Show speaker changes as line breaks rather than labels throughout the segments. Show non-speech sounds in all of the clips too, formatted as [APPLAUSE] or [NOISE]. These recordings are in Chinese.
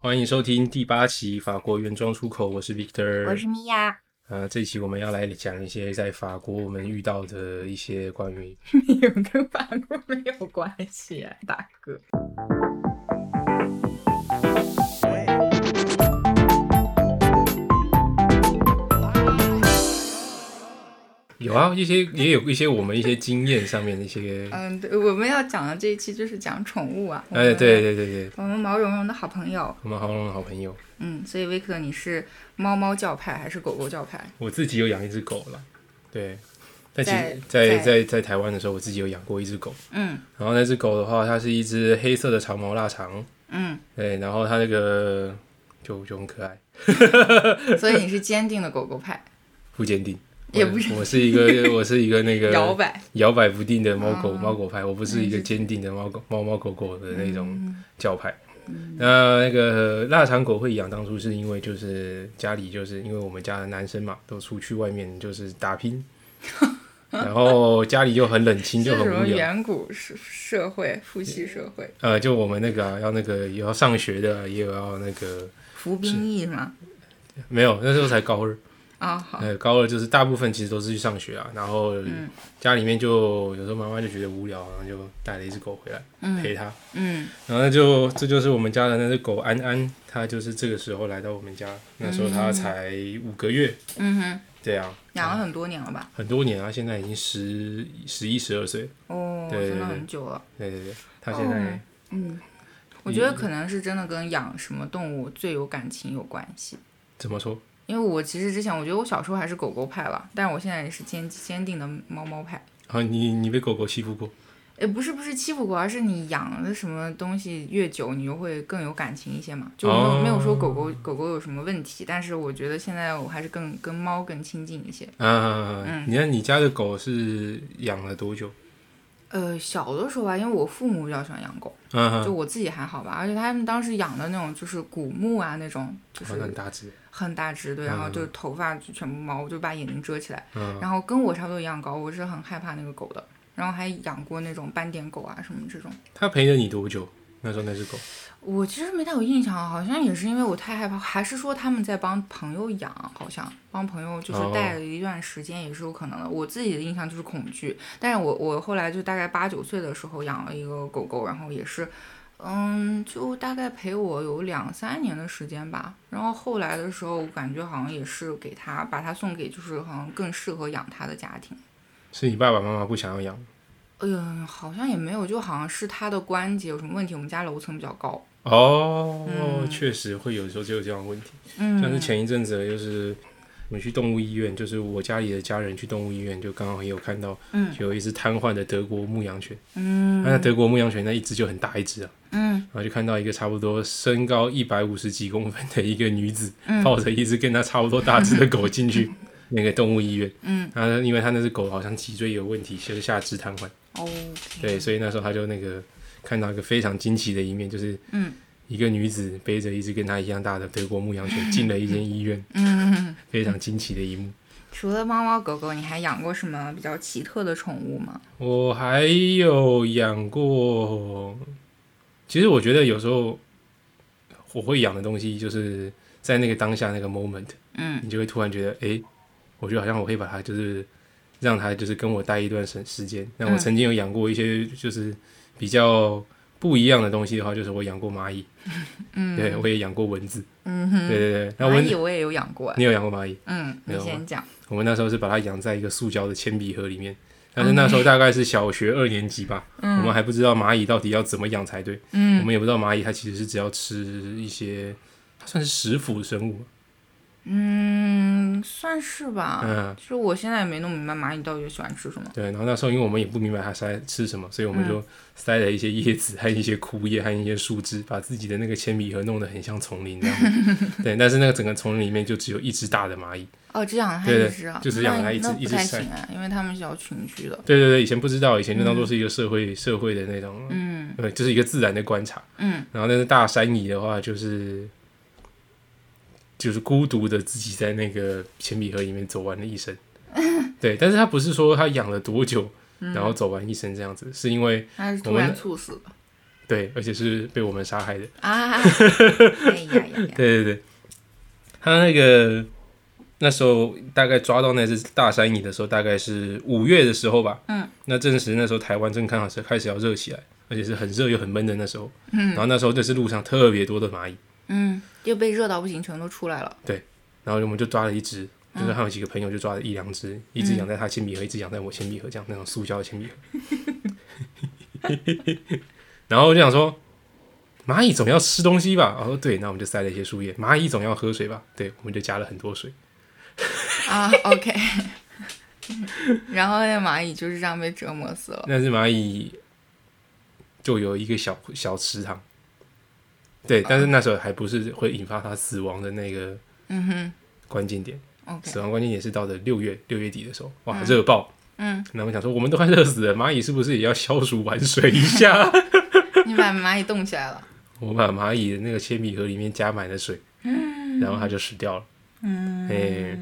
欢迎收听第八期法国原装出口，我是 Victor，
我是米 [LAUGHS] 娅。
呃，这一期我们要来讲一些在法国我们遇到的一些关于
没有跟法国没有关系啊，大哥。
有啊一些也有一些我们一些经验上面的一些，
嗯，对，我们要讲的这一期就是讲宠物啊。我
哎，
们
对。对对对，
我们毛茸茸的好朋友，
我们好龙的好朋友，
嗯，所以维克，你是猫猫教派还是狗狗教派？
我自己有养一只狗了，对，但其实在
在在
在在台湾的时候，我自己有养过一只狗，
嗯
然后那只狗的话，它是一只黑色的长毛腊肠，
嗯，
对，然后它那个就就很可爱，
所以你是坚定的狗狗 [LAUGHS] 派，
不坚定，
也不是
我我是一个我是一个那个
[LAUGHS] 摇摆。
摇摆不定的猫狗
啊
猫狗派，我不是一
嗯
个坚定的猫狗猫猫狗狗的那种教派。
嗯
那那个腊肠狗会养，当初是因为就是家里就是因为我们家的男生嘛，都出去外面就是打
[LAUGHS]
拼，然后家里就很冷清，就是
什
很无
么
聊。
远古社社会、父系社会、
呃，就我们那个、啊、要那个也要上学的，也有要那个
服兵役吗？
没有，那时候才高二，
啊、嗯好，
呃，高二就是大部分其实都是去上学啊，然后家里面就有时候妈妈就觉得无聊，然后就带了一只狗回来陪它，
嗯
然后那就这就是我们家的那只狗安安，它就是这个时候来到我们家，那时候它才五个月，
嗯哼，
对啊，
养了很多年了吧？
很多年啊，现在已经十十一十二岁，
哦，
对对
真的
对
很久了。
对对对，它现在、
嗯，我觉得可能是真的跟养什么动物最有感情有关系。
怎么说？
因为我其实之前我觉得我小时候还是狗狗派了，但是我现在也是坚坚定的猫猫派。
啊，你你被狗狗欺负过？
哎，不是不是欺负过，而是你养的什么东西越久，你就会更有感情一些嘛。就没有、没有说狗狗狗狗有什么问题，但是我觉得现在我还是更跟猫更亲近一些。
啊，
嗯
你看你家的狗是养了多久？
呃，小的时候吧，因为我父母比较喜欢养狗，
啊，
就我自己还好吧，而且他们当时养的那种就是古墓啊那种，就
好像
是
很大只，
很大只，对，然后
嗯
就头发就全部毛，我就把眼睛遮起来。
嗯
然后跟我差不多一样高，我是很害怕那个狗的。然后还养过那种斑点狗啊什么这种，
它陪了你多久？那时候那只狗，
我其实没太有印象，啊好像也是因为我太害怕，还是说他们在帮朋友养，好像帮朋友就是
哦
带了一段时间也是有可能的。我自己的印象就是恐惧，但是我我后来就大概八九岁的时候养了一个狗狗，然后也是，嗯，就大概陪我有两三年的时间吧。然后后来的时候，我感觉好像也是给它把它送给就是好像更适合养它的家庭。
是你爸爸妈妈不想要养
嗯，好像也没有，就好像是它的关节有什么问题。我们家楼层比较高，
哦，
嗯
确实会有时候就有这样的问题。
嗯，
像是前一阵子就是我们去动物医院，就是我家里的家人去动物医院，就刚好也有看到，
嗯
有一只瘫痪的德国牧羊犬，
嗯
那德国牧羊犬那一只就很大一只啊，
嗯
然后就看到一个差不多身高一百五十几公分的一个女子，
嗯
抱着一只跟她差不多大只的狗进
[LAUGHS]
去那个动物医院，
嗯，
然后因为她那只狗好像脊椎有问题，就是下肢瘫痪，
哦，OK，
对，，所以那时候他就那个看到一个非常惊奇的一面，就是
嗯
一个女子背着一只跟她一样大的德国牧羊犬进了一间医院，
嗯，
非常惊奇的一幕。
除了猫猫狗狗，你还养过什么比较奇特的宠物吗？
我还有养过，其实我觉得有时候我会养的东西，就是在那个当下那个 moment，
嗯
你就会突然觉得，诶，我觉得好像我会把它就是让它就是跟我待一段时时间。那我
嗯
曾经有养过一些就是比较不一样的东西的话，就是我养过蚂蚁，
嗯
对我也养过蚊子，
嗯
对
哼，
对对。那
蚂
蚊
蚁
子
我也有养过，
你有养过蚂蚁？
嗯，
没
你
有
先讲，
我们那时候是把它养在一个塑胶的铅笔盒里面，但是那时候大概是小学二年级吧，我们还不知道蚂蚁到底要怎么养才对，我
嗯
们也不知道蚂蚁它其实是只要吃一些，它算是食腐生物，
嗯，算是吧。
嗯。
其实我现在也没弄明白蚂蚁到底喜欢吃什么。
对，然后那时候因为我们也不明白它塞吃什么，所以我们就塞了一些叶子和一些枯叶和一些树枝，把自己的那个铅笔盒弄得很像丛林这样子。 [LAUGHS] 对，但是那个整个丛林里面就只有一只大的蚂蚁，
哦，只养了它
对
一
对
只啊，
就只养了它
那
一只
那
一
不
只
太
晒
行啊，因为它们是要群居的。
对对对，以前不知道，以前就当做是一个社会、社会的那种，
嗯
呃，就是一个自然的观察。
嗯，
然后但是大山蚁的话，就是就是孤独的自己在那个铅笔盒里面走完了一
[LAUGHS]
生。对，但是它不是
嗯
说它养了多久，然后走完一生这样子，是因为
它是
我
突
们 [LAUGHS]
然猝死的。
对，而且是被我们杀害的。
啊，哎呀呀呀，
对对对，他那个那时候大概抓到那只大山蚁的时候，大概是五月的时候吧。
嗯，
那正是那时候台湾正刚好是开始要热起来，而且是很热又很闷的那时候。嗯，然后那时候就是路上特别多的蚂蚁，
嗯，就被热到不行，全都出来了。
然后我们就抓了一只。就是还有几个朋友就抓了一两只，一只养在他铅笔盒，一只养在我铅笔盒，这样那种塑胶的铅笔盒。 [LAUGHS] 然后我就想说，蚂蚁总要吃东西吧？哦，对，那我们就塞了一些树叶。蚂蚁总要喝水吧？对，我们就加了很多水。
啊，OK。然后那蚂蚁就是这样被折磨死了。
那只蚂蚁就有一个小小池塘，对，但是那时候还不是会引发它死亡的那个
嗯哼
关键点。
，OK。
死亡关键点是到了六月六月底的时候，哇，热爆！
嗯，
那我想说，我们都快热死了，蚂蚁是不是也要消暑玩水一
[LAUGHS]
下？
你把蚂蚁冻起来了。
我把蚂蚁的那个铅笔盒里面加满了水，然后它就死掉了。嗯，哎、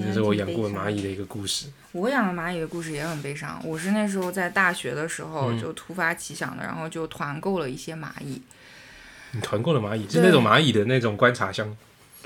这就是我养过蚂蚁的一个故事。
我养的蚂蚁的故事也很悲伤。我是那时候在大学的时候
嗯
就突发奇想的，然后就团购了一些蚂蚁。
你团购的蚂蚁是
对
那种蚂蚁的那种观察箱，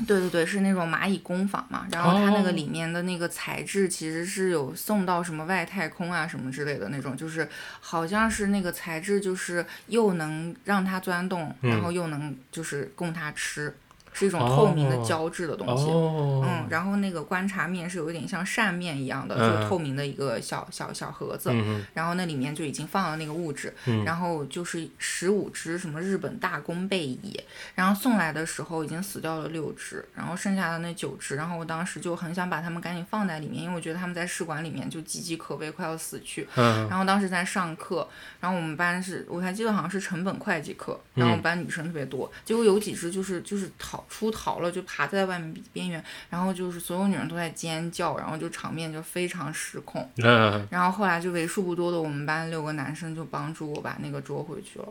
对对对，是那种蚂蚁工坊嘛，然后它那
哦
个里面的那个材质其实是有送到什么外太空啊什么之类的那种，就是好像是那个材质就是又能让它钻洞，
嗯
然后又能就是供它吃，是一种透明的
哦
胶质的东西。
哦，
嗯，然后那个观察面是有一点像扇面一样的，
嗯
就透明的一个小小小盒子，
嗯哼
然后那里面就已经放了那个物质，
嗯
然后就是十五只什么日本大弓背蚁，然后送来的时候已经死掉了六只，然后剩下的那九只，然后我当时就很想把它们赶紧放在里面，因为我觉得它们在试管里面就岌岌可危，快要死去。
嗯，
然后当时在上课，然后我们班是我还记得好像是成本会计课，
嗯
然后我们班女生特别多，结果有几只就是就是逃出逃了，就爬在外面边缘，然后就是所有女人都在尖叫，然后就场面就非常失控。
那
然后后来就为数不多的我们班六个男生就帮助我把那个捉回去了。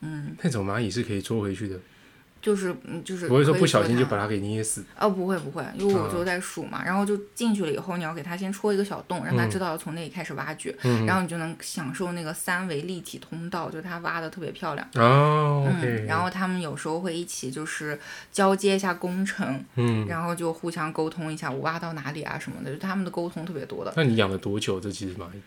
嗯，
那种蚂蚁是可以捉回去的，
就是嗯就是
不会说
可以
不小心就
捉它
把它嗯给捏死。
哦，不会不会，因为我就在数嘛，然后就进去了以后，你要给它先戳一个小洞，
嗯
让它知道要从那里开始挖掘，然后你就能享受那个三维立体通道，就是它挖的特别漂亮。
哦，OK，
嗯，然后他们有时候会一起就是交接一下工程，
嗯，
然后就互相沟通一下我挖到哪里啊什么的，就他们的沟通特别多的。
那你养了多久这几只蚂蚁？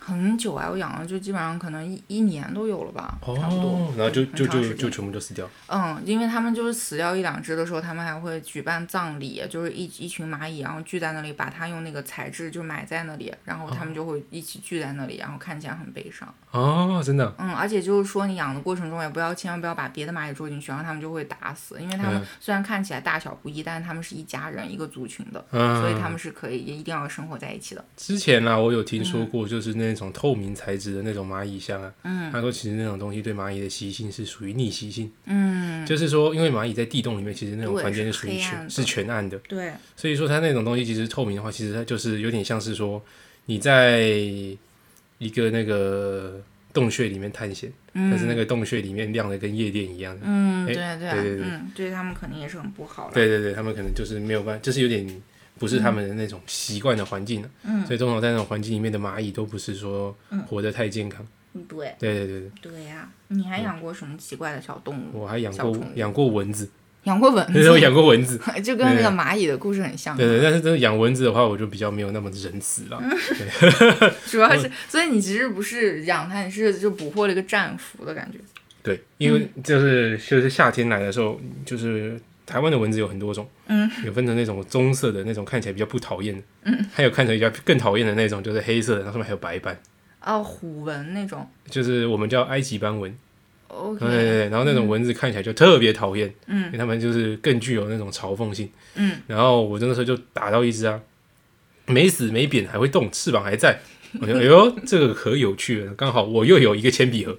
很久啊，我养了就基本上可能一一年都有了吧，差不多
哦。，然后就
很
就
长时
就
间
就全部都死掉。
嗯，因为他们就是死掉一两只的时候，他们还会举办葬礼，就是一一群蚂蚁，然后聚在那里，把它用那个材质就埋在那里，然后他们就会一起聚在那里，然后看起来很悲伤。
哦，真的，
嗯，而且就是说，你养的过程中也不要千万不要把别的蚂蚁捉进去，然后他们就会打死，因为他们
嗯
虽然看起来大小不一，但是他们是一家人一个族群的，
嗯，
所以他们是可以也一定要生活在一起的。
之前啦、我有听说
嗯
过，就是那种透明材质的那种蚂蚁箱啊。嗯，他说其实那种东西对蚂蚁的习性是属于逆习性，
嗯，
就是说，因为蚂蚁在地洞里面，其实那种
对
房间
是
属于
黑暗
全
的
是全暗的，
对，
所以说它那种东西其实透明的话，其实它就是有点像是说你在一个那个洞穴里面探险，
嗯，
但是那个洞穴里面亮的跟夜店一样的。
嗯，
哎
对啊对啊，
对对对
嗯，对他们肯定也是很不好的。
对对对，他们可能就是没有办法，就是有点不是他们的那种习惯的环境、啊、嗯，所以通常在那种环境里面的蚂蚁都不是说
嗯
活得太健康。
对
对对对对。
对呀、你
嗯
还养过什么奇怪的小动物？
我还养
小
过
虫嗯
养过蚊子，
养过蚊
那 [LAUGHS] 时候
子， [LAUGHS]
养过蚊子。
就跟那个蚂蚁的故事很像。
哎对对，但是真的养蚊子的话，我就比较没有那么仁慈了。
嗯主要
嗯
是，所以你其实不是养它，你是就捕获了一个战俘的感觉。
对，因为
嗯
就是就是夏天来的时候，就是台湾的蚊子有很多种，
嗯，
有分成那种棕色的那种看起来比较不讨厌的，嗯，还有看起来比较更讨厌的那种，就是黑色的，然后上面还有白斑，
哦，虎纹那种。
就是我们叫埃及斑蚊。
OK，
对对对，然后那种蚊子看起来就特别讨厌，
嗯
因为它们就是更具有那种嘲讽性，
嗯，
然后我那时候就打到一只啊，没死没扁，还会动，翅膀还在，我觉得哎呦，这个可有趣了，刚好我又有一个铅笔盒，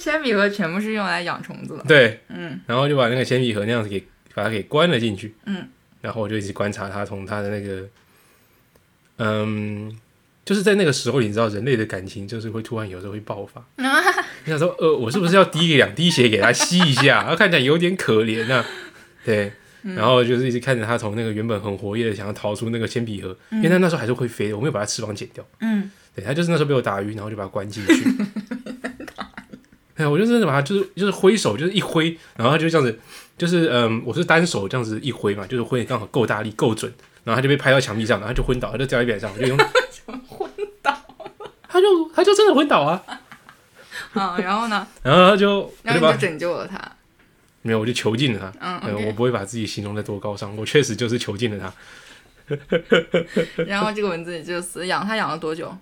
铅笔盒全部是用来养虫子的。
对，
嗯，
然后就把那个铅笔盒那样子给把它给关了进去，
嗯，
然后我就一直观察它从它的那个，嗯。就是在那个时候，你知道人类的感情就是会突然有时候会爆
[LAUGHS]
发。你想说，呃，我是不是要滴两滴血给它吸一下？ [LAUGHS] 它看起来有点可怜啊。对，然后就是一直看着它从那个原本很活跃的想要逃出那个铅笔盒，因为它那时候还是会飞的，我没有把它翅膀剪掉。
嗯
对对他就是那时候被我打晕，然后就把它关进去。哎呀，我就真的把它就是就是挥手，就是一挥，然后它就这样子，就是嗯，我是单手这样子一挥嘛，就是挥得刚好够大力够准，然后它就被拍到墙壁上，然后它就昏倒，它就掉一边上，我就用 [LAUGHS]
昏倒
它就它就真的昏倒啊，
啊！然后呢？
[LAUGHS] 然后它就我
然
就
后你
把
就拯救了他。
[LAUGHS] 没有我就囚禁了它。
嗯
呃我
，OK。
不会把自己形容的多高尚，我确实就是囚禁了它。
然后这个蚊子就死，养它养了多久？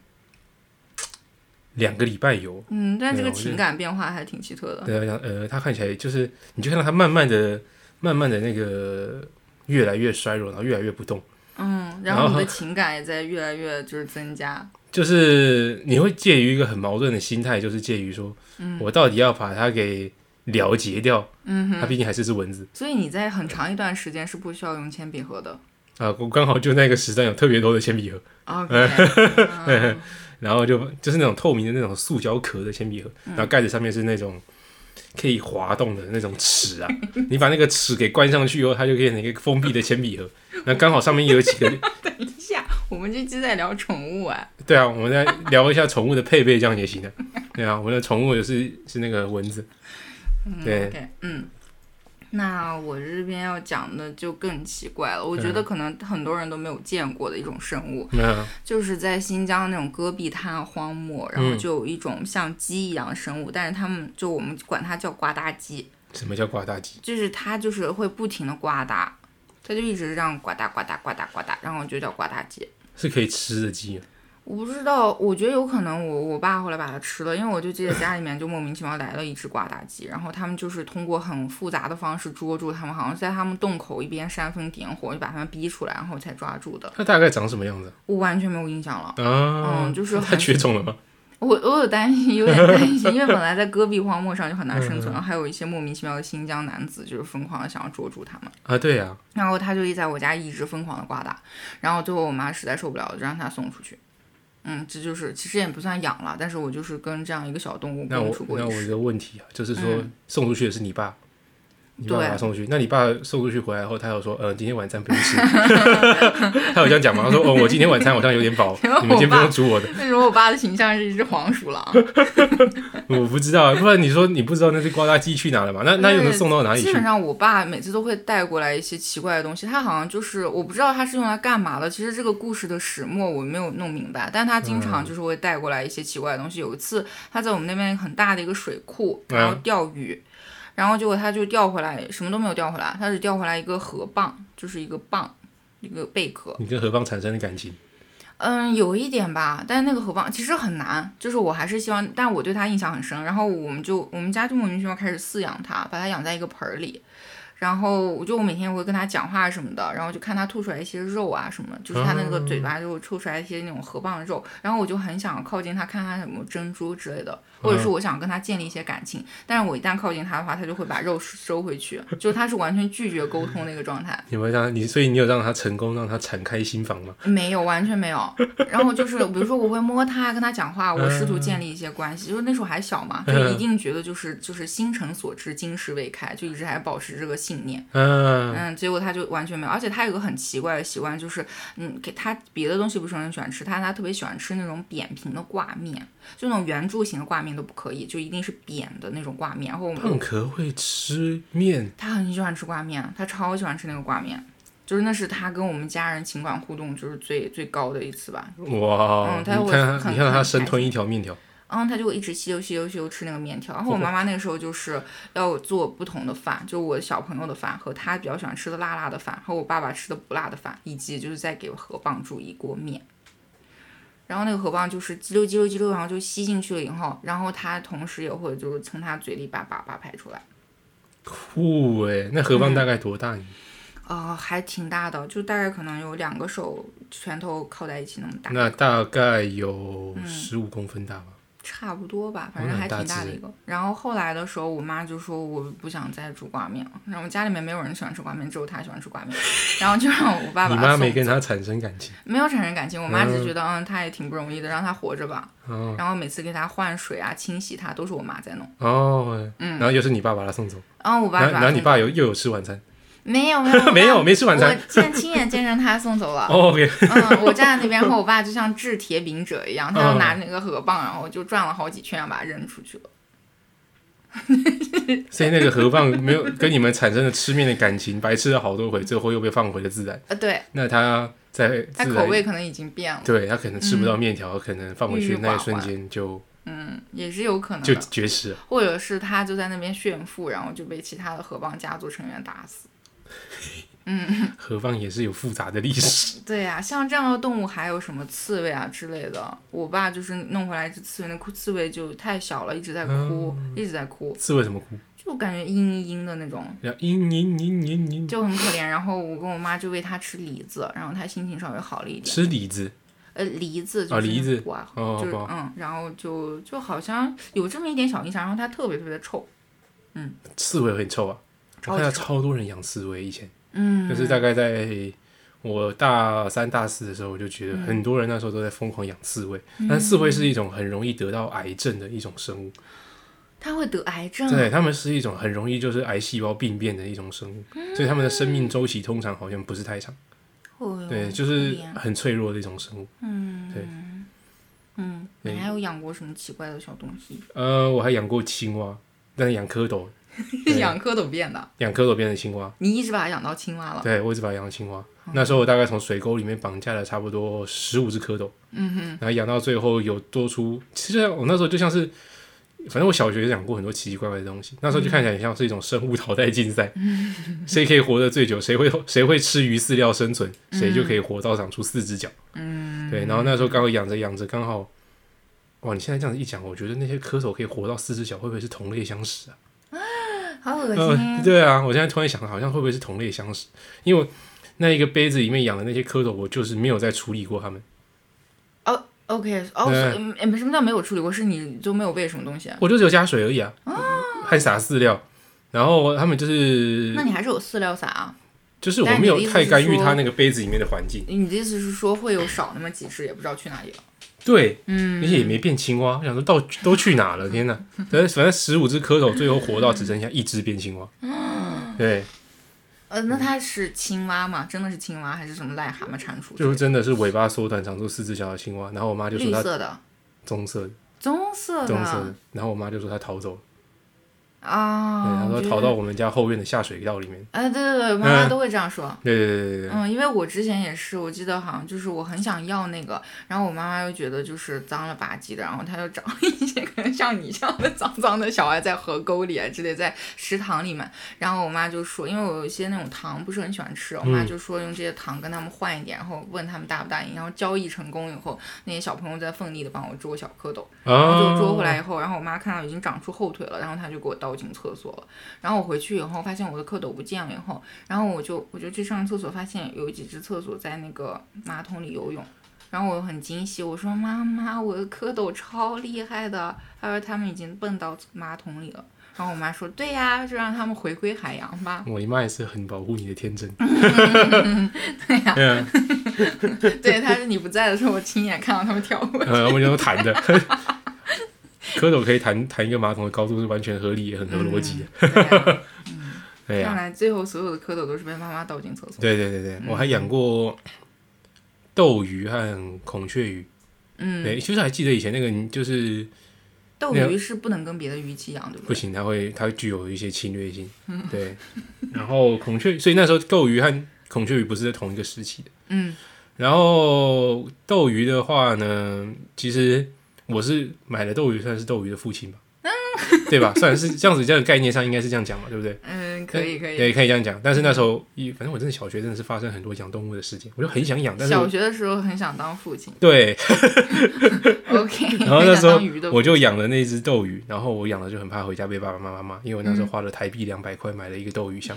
两个礼拜有，
嗯，但这
没
个
有我
情
就
感变化还挺奇特的。
对啊，呃，它看起来就是，你就看到它慢慢的、慢慢的那个越来越衰弱，然后越来越不动。
嗯，
然
然后你
后
的情感也在越来越就是增加。
就是你会介于一个很矛盾的心态，就是介于说，我到底要把它给了结掉，
嗯
它
哼，
毕竟还是只蚊子
所以你在很长一段时间是不需要用铅笔
[LAUGHS]
盒的。
啊。我刚好就那个时段有特别多的铅笔盒，
OK，嗯
[LAUGHS] 然后就就是那种透明的那种塑胶壳的铅笔盒，
嗯
然后盖子上面是那种可以滑动的那种齿啊， [LAUGHS] 你把那个齿给关上去以后，它就变成一个封闭的铅笔
[LAUGHS]
盒。那刚好上面有几个，
等一下，我们这期在聊宠物啊。
对啊，我们再聊一下宠物的配备，这样也行的。对啊，我的宠物也是是那个蚊子，
嗯
对
，OK，嗯。那我这边要讲的就更奇怪了，我觉
嗯
得可能很多人都没有见过的一种生物，
那
就是在新疆那种戈壁滩啊荒漠，然后
嗯
就有一种像鸡一样的生物，但是它们就我们管它叫呱嗒鸡，
什么叫挂大鸡？
就是它就是会不停的呱嗒，它就一直这样呱嗒呱嗒呱嗒呱嗒，然后就叫呱嗒鸡。
是可以吃的鸡吗，
我不知道，我觉得有可能我我爸后来把它吃了，因为我就记得家里面就莫名其妙来了一只呱嗒鸡，然后他们就是通过很复杂的方式捉住它们，好像是在他们洞口一边煽风点火，就把它们逼出来，然后才抓住的。
它大概长什么样子
我完全没有印象了，
啊？
嗯就是
它
很
绝种了吗？
我我有担心，有点担心，因为
[LAUGHS]
本来在戈壁荒漠上就很难生存，
嗯
还有一些莫名其妙的新疆男子就是疯狂的想要捉住它们。
啊，对啊，
然后他就一直在我家一直疯狂的刮打，然后最后我妈实在受不了，就让他送出去。嗯，这就是其实也不算养了，但是我就是跟这样一个小动物
那
共
我
处过
那
一
我有
世。
个问题啊，就是说、
嗯
送出去的是你爸，你爸把他
对啊
送出去，那你爸送出去回来后，他有说，呃，今天晚餐不用
[LAUGHS]
吃，他有这样讲吗？他说，哦，我今天晚餐好像有点
[LAUGHS]
饱
然后，
你们先
我
不
爸
用煮我的，
[LAUGHS] 那时候我爸的形象是一只黄鼠狼，
我不知道，不然你说你不知道那只瓜大鸡去哪了嘛？那那又能送到哪里
基
去
本？上我爸每次都会带过来一些奇怪的东西，他好像就是我不知道他是用来干嘛的。其实这个故事的始末我没有弄明白，但他经
嗯
常就是会带过来一些奇怪的东西。有一次他在我们那边很大的一个水库，
嗯
然后钓鱼，然后结果他就钓回来什么都没有钓回来，他只钓回来一个河蚌，就是一个蚌，一个贝壳。
你跟何方产生的感情？
嗯，有一点吧，但是那个河蚌其实很难，就是我还是希望，但我对它印象很深。然后我们就我们家就莫名其妙开始饲养它，把它养在一个盆儿里，然后我就我每天我会跟它讲话什么的，然后就看它吐出来一些肉啊什么的，就是它那个嘴巴就吐出来一些那种河蚌的肉，然后我就很想靠近它，看它有没有珍珠之类的，或者是我想跟它建立一些感情，但是我一旦靠近它的话，它就会把肉收回去，就它是完全拒绝沟通的一个状态。
你们让你，所以你有让他成功，让他敞开心房吗？
没有，完全没
[LAUGHS]
有。然后就是，比如说我会摸它，跟它讲话，我试图建立一些关系。就是那时候还小嘛，就
嗯
一定觉得就是就是心诚所至，金石为开，就一直还保持这个信念。
嗯、
嗯，结果它就完全没有。而且它有个很奇怪的习惯，就是嗯，给它别的东西不是很喜欢吃，它它特别喜欢吃那种扁平的挂面，就那种圆柱形的挂面都不可以，就一定是扁的那种挂面。然后我们
蚌壳会吃面，
他很喜欢吃挂面，他超喜欢吃那个挂面，就是那是他跟我们家人情感互动就是最最高的一次吧。
哇！
嗯它
你
会
看他，
很
你看
很
他
开
生吞
心
一条面条，
然后他就会一直吸溜吸溜吸溜吃那个面条。然后我妈妈那个时候就是要做不同的饭，就我小朋友的饭和他比较喜欢吃的辣辣的饭，和我爸爸吃的不辣的饭，以及就是再给河蚌煮一锅面。然后那个河蚌就是叽溜叽溜叽溜，然后就吸进去了以后，然后他同时也会就是从他嘴里把粑粑排出来。
酷哎！那河蚌大概多大？
呃，还挺大的，就大概可能有两个手拳头靠在一起那么嗯大，嗯
那大概有十五公分大吧。
差不多吧，反
哦
正
那
还
很大
挺大
只
的
欸
一个。然后后来的时候，我妈就说我不想再煮挂面了，然后家里面没有人喜欢吃挂面，只有她喜欢吃挂
[LAUGHS]
面，然后就让我爸
你
把
妈
她送
没，跟他产生感情，
没有产生感情，我妈只是
嗯
觉得嗯，她也挺不容易的，让她活着吧。
哦
然后每次给她换水啊、清洗她都是我妈在弄，
哦，
嗯
然后又是你爸把他送走，
然后我爸
哦然
就
后
把
然后
她
你
送
爸有又有吃晚餐，
没有没
[LAUGHS]
有
没有没吃晚餐
我现在亲眼见证他送
[LAUGHS]
走了。
哦，别
嗯，我站在那边，然后我爸就像掷铁饼者一样，他就
嗯
拿那个河蚌，然后就转了好几圈，把它扔出去了。
所以那个河蚌没有跟你们产生了吃面的感情，白吃了好多回，最后又被放回了自然。
呃，对，
那他在
他
自
口
然，
味可能已经变了，
对他可能吃不到面条，可能放回
郁郁
去
寡
那一
欢
瞬间就
嗯，也是有可能
就
的，
绝食了。
或者是他就在那边炫富，然后就被其他的河蚌家族成员打死。
河蚌也是有复杂的历史，
对呀、像这样的动物还有什么刺猬啊之类的。我爸就是弄回来一只刺猬，那哭刺猬就太小了，一直在哭，
嗯
一直在哭，
刺猬怎么哭？ [LAUGHS]
就感觉嘤嘤嘤的那种，
要嘤嘤嘤嘤嘤，
就很可怜。然后我跟我妈就喂它吃梨子，然后它心情稍微好了一点。
吃李子
呃，梨子就
啊
是
梨子
那个瓜
哦
就是
哦
嗯，然后就就好像有这么一点小印象，然后它特别特别的臭，
刺猬很臭啊！
超
我看到
哦级臭
超多人养刺猬，以前
嗯，
就是大概在我大三大四的时候，我就觉得很多人那时候都在疯狂养刺猬。
嗯
但刺猬是一种很容易得到癌症的一种生物，
它会得癌症，
对，它们是一种很容易就是癌细胞病变的一种生物，
嗯
所以它们的生命周期通常好像不是太长，
哦哟，
对，
可
就是
怜
很脆弱的一种生物。
嗯，
对
嗯，你
对
还有养过什么奇怪的小东西？
呃，我还养过青蛙，但是养蝌蚪，对
[LAUGHS] 养蝌蚪变的，
养蝌蚪变成青蛙，
你一直把它养到
[LAUGHS]
青蛙了。
对我一直把它养成青蛙。那时候我大概从水沟里面绑架了差不多十五只蝌蚪，嗯哼，然后养到最后有多出，其实我那时候就像是，反正我小学养过很多奇奇怪怪的东西，那时候就看起来很像是一种生物淘汰竞赛， [LAUGHS] 谁可以活得最久，谁会谁会吃鱼饲料生存，谁就可以活到长出四只脚，嗯，对，然后那时候刚好养着养着刚好，哇，你现在这样子一讲，我觉得那些蝌蚪可以活到四只脚，会不会是同类相食啊？
好恶
呃，
心。
对啊，我现在突然想，好像会不会是同类相食？因为我那一个杯子里面养的那些蝌蚪，我就是没有再处理过它们，
OK，哦，
对
所以嗯，什么叫没有处理过？是你就没有喂什么东西？
我就只有加水而已啊，
哦
还撒饲料，然后它们就是
那你还是有饲料撒啊？
就是我
但
没有
你的意思
太
是
干预
说
它那个杯子里面的环境，
你的意思是说会有少那么几只，也不知道去哪里了？
对，嗯，而且也没变青蛙，我想说到都去哪了？
[LAUGHS]
天哪！反正反正十五只蝌蚪最后活到只剩下一只变青蛙，
哦
对，
呃，
嗯
那它是青蛙吗？真的是青蛙还是什么癞蛤蟆蟾蜍之类
就
的？
真的是尾巴缩短，长出四只脚的青蛙，然后我妈就
绿
说它
色的、哦
棕色的，
棕色的
棕色的，然后我妈就说它逃走了。对，
啊。
他
我
说
觉
逃
得
到我们家后院的下水道里面。
哎，对对对，妈妈
嗯
都会这样说。
对对对对对对，
嗯，因为我之前也是，我记得好像就是我很想要那个，然后我妈妈又觉得就是脏了吧唧的，然后她就找一些可能像你这样的脏脏的小孩在河沟里啊之类，在食堂里面，然后我妈就说，因为我有一些那种糖不是很喜欢吃，我妈
嗯
就说用这些糖跟他们换一点，然后问他们答不答应，然后交易成功以后，那些小朋友在奋力的帮我捉小蝌蚪，然
啊
后哦
哦
就捉回来以后，然后我妈看到已经长出后腿了，然后她就给我倒进厕所了。然后我回去以后发现我的蝌蚪不见了以后，然后我就我就去上厕所，发现有几只厕所在那个马桶里游泳。然后我很惊喜，我说妈妈，我的蝌蚪超厉害的。她说他们已经蹦到马桶里了。然后我妈说对呀、就让他们回归海洋吧。
我姨妈也是很保护你的天真。
[LAUGHS] 对呀、
嗯，
[LAUGHS] 对，她是你不在的时候，我亲眼看到他们跳过。
呃，我们都弹的。 [LAUGHS] 蝌蚪可以弹弹一个马桶的高度是完全合理，也很合逻辑的。
对呀
对
看
呀，
来最后所有的蝌蚪都是被妈妈倒进厕所。
对对对对，
嗯
我还养过斗鱼和孔雀鱼。
嗯，
对，其实还记得以前那个，就是
斗
那
鱼是不能跟别的鱼一起养，对不嗯
不
对？
行，它会它会具有一些侵略性。对，然后孔雀，所以那时候斗鱼和孔雀鱼不是在同一个时期的。
嗯，
然后斗鱼的话呢，其实我是买了斗鱼，算是斗鱼的父亲吧， [LAUGHS] 对吧？算是这样子，这样概念上应该是这样讲嘛，对不对？
嗯，可以可嗯以。
对，可以这样讲。但是那时候，一反正我真的小学真的是发生很多养动物的事情，我就很想养，但是
小
我
学的时候很想
[LAUGHS]
当父亲
对，
，OK，
[LAUGHS] 然后那时候
很想当鱼的父亲
我就养了那只斗鱼，然后我养了就很怕回家被爸爸妈妈骂，因为我那时
嗯
候花了台币两百块买了一个斗鱼箱，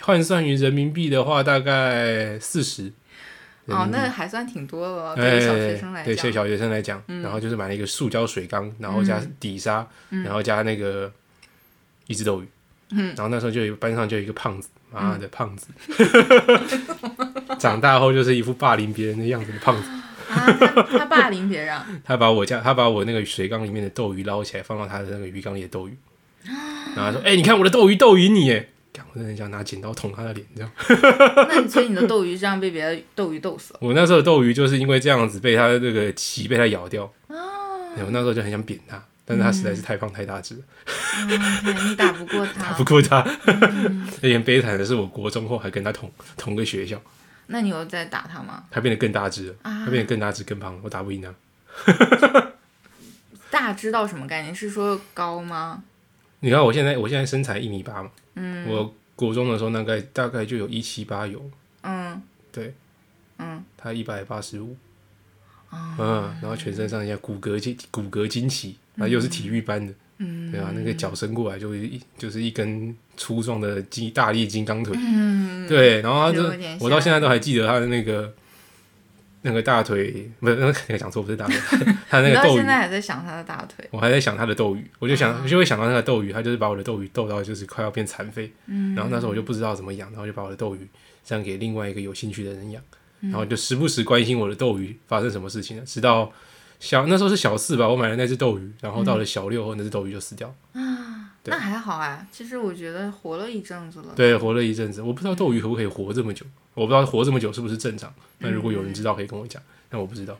换算于人民币的话大概四十。
哦，那还算挺多了，哦
嗯
对
哎，
于小学生来
对，对
讲，嗯
小学生来讲，然后就是买了一个塑胶水缸，然后加底沙，然后加那个一只斗鱼，
嗯
然后那时候就有班上就有一个胖子，妈的胖子， [LAUGHS] 长大后就是一副霸凌别人的样子的胖子，
啊，他他霸凌别人啊，
他把我家他把我那个水缸里面的斗鱼捞起来，放到他的那个鱼缸里的斗鱼，然后他说，哎、你看我的斗鱼斗赢你耶，干我真的很想拿剪刀捅他的脸，这样。
那你所以你的斗鱼这样被别的斗鱼斗
[LAUGHS]
死了
我那时候的斗鱼就是因为这样子被他那个鳍被他咬掉，哎
啊！
我那时候就很想扁他，但是他实在是太胖太大只了，
嗯你打不过他
不，过他。 [LAUGHS] 有点悲惨的是，我国中后还跟他同同个学校，
那你有在打他吗？
他变得更大只了，
啊
他变得更大只更胖了，我打不赢他。
大知道什么概念？是说高吗？
你看我现在我现在身材一米八嘛，嗯，我国中的时候大概大概就有一七八有，
嗯
对
嗯，啊
他一百八十五，嗯，然后全身上下骨骼筋骨骼惊奇，然后又是体育班的，嗯，对啊，那个脚伸过来就是一就是一根粗壮的金大力金刚腿，
嗯，
对，然后他就
有点
我到
吓
现在都还记得他的那个那个大腿，不是那个讲错，不是大腿， [LAUGHS] 他那
你
个
到
斗
现
鱼，
在还在想他的大腿，
我还在想他的斗鱼，我就
啊
想、我就会想到那个斗鱼，他就是把我的斗鱼斗到就是快要变残废，
嗯
然后那时候我就不知道怎么养，然后就把我的斗鱼这样给另外一个有兴趣的人养，
嗯
然后就时不时关心我的斗鱼发生什么事情了，直到。小那时候是小四吧，我买了那只斗鱼，然后
嗯
到了小六后，那只斗鱼就死掉了。对
那还好啊。其实我觉得活了一阵子了，
对，活了一阵子，我不知道斗鱼可不可以活这么久，我不知道活这么久是不是正常。那如果
嗯
有人知道，可以跟我讲，但我不
[LAUGHS]
知道。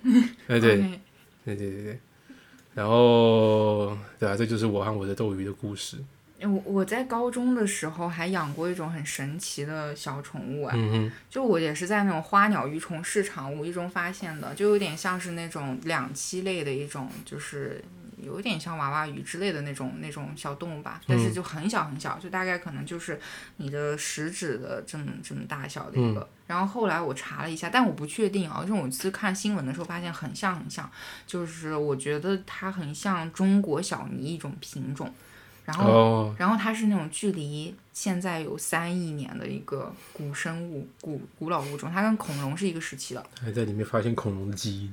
哎，对，
OK，
对对对对。然后，对啊，这就是我和我的斗鱼的故事。
我我在高中的时候还养过一种很神奇的小宠物啊，
嗯
就我也是在那种花鸟鱼虫市场无意中发现的，就有点像是那种两栖类的一种，就是有点像娃娃鱼之类的那种那种小动物吧，但是就很小很小，就大概可能就是你的食指的这么这么大小的一个。然后后来我查了一下，但我不确定啊，因为我次看新闻的时候发现很像很像，就是我觉得它很像中国小鲵一种品种，然
哼，
后
哦，
然后它是那种距离现在有三亿年的一个古生物、古古老物种，它跟恐龙是一个时期的。
还在里面发现恐龙的基因。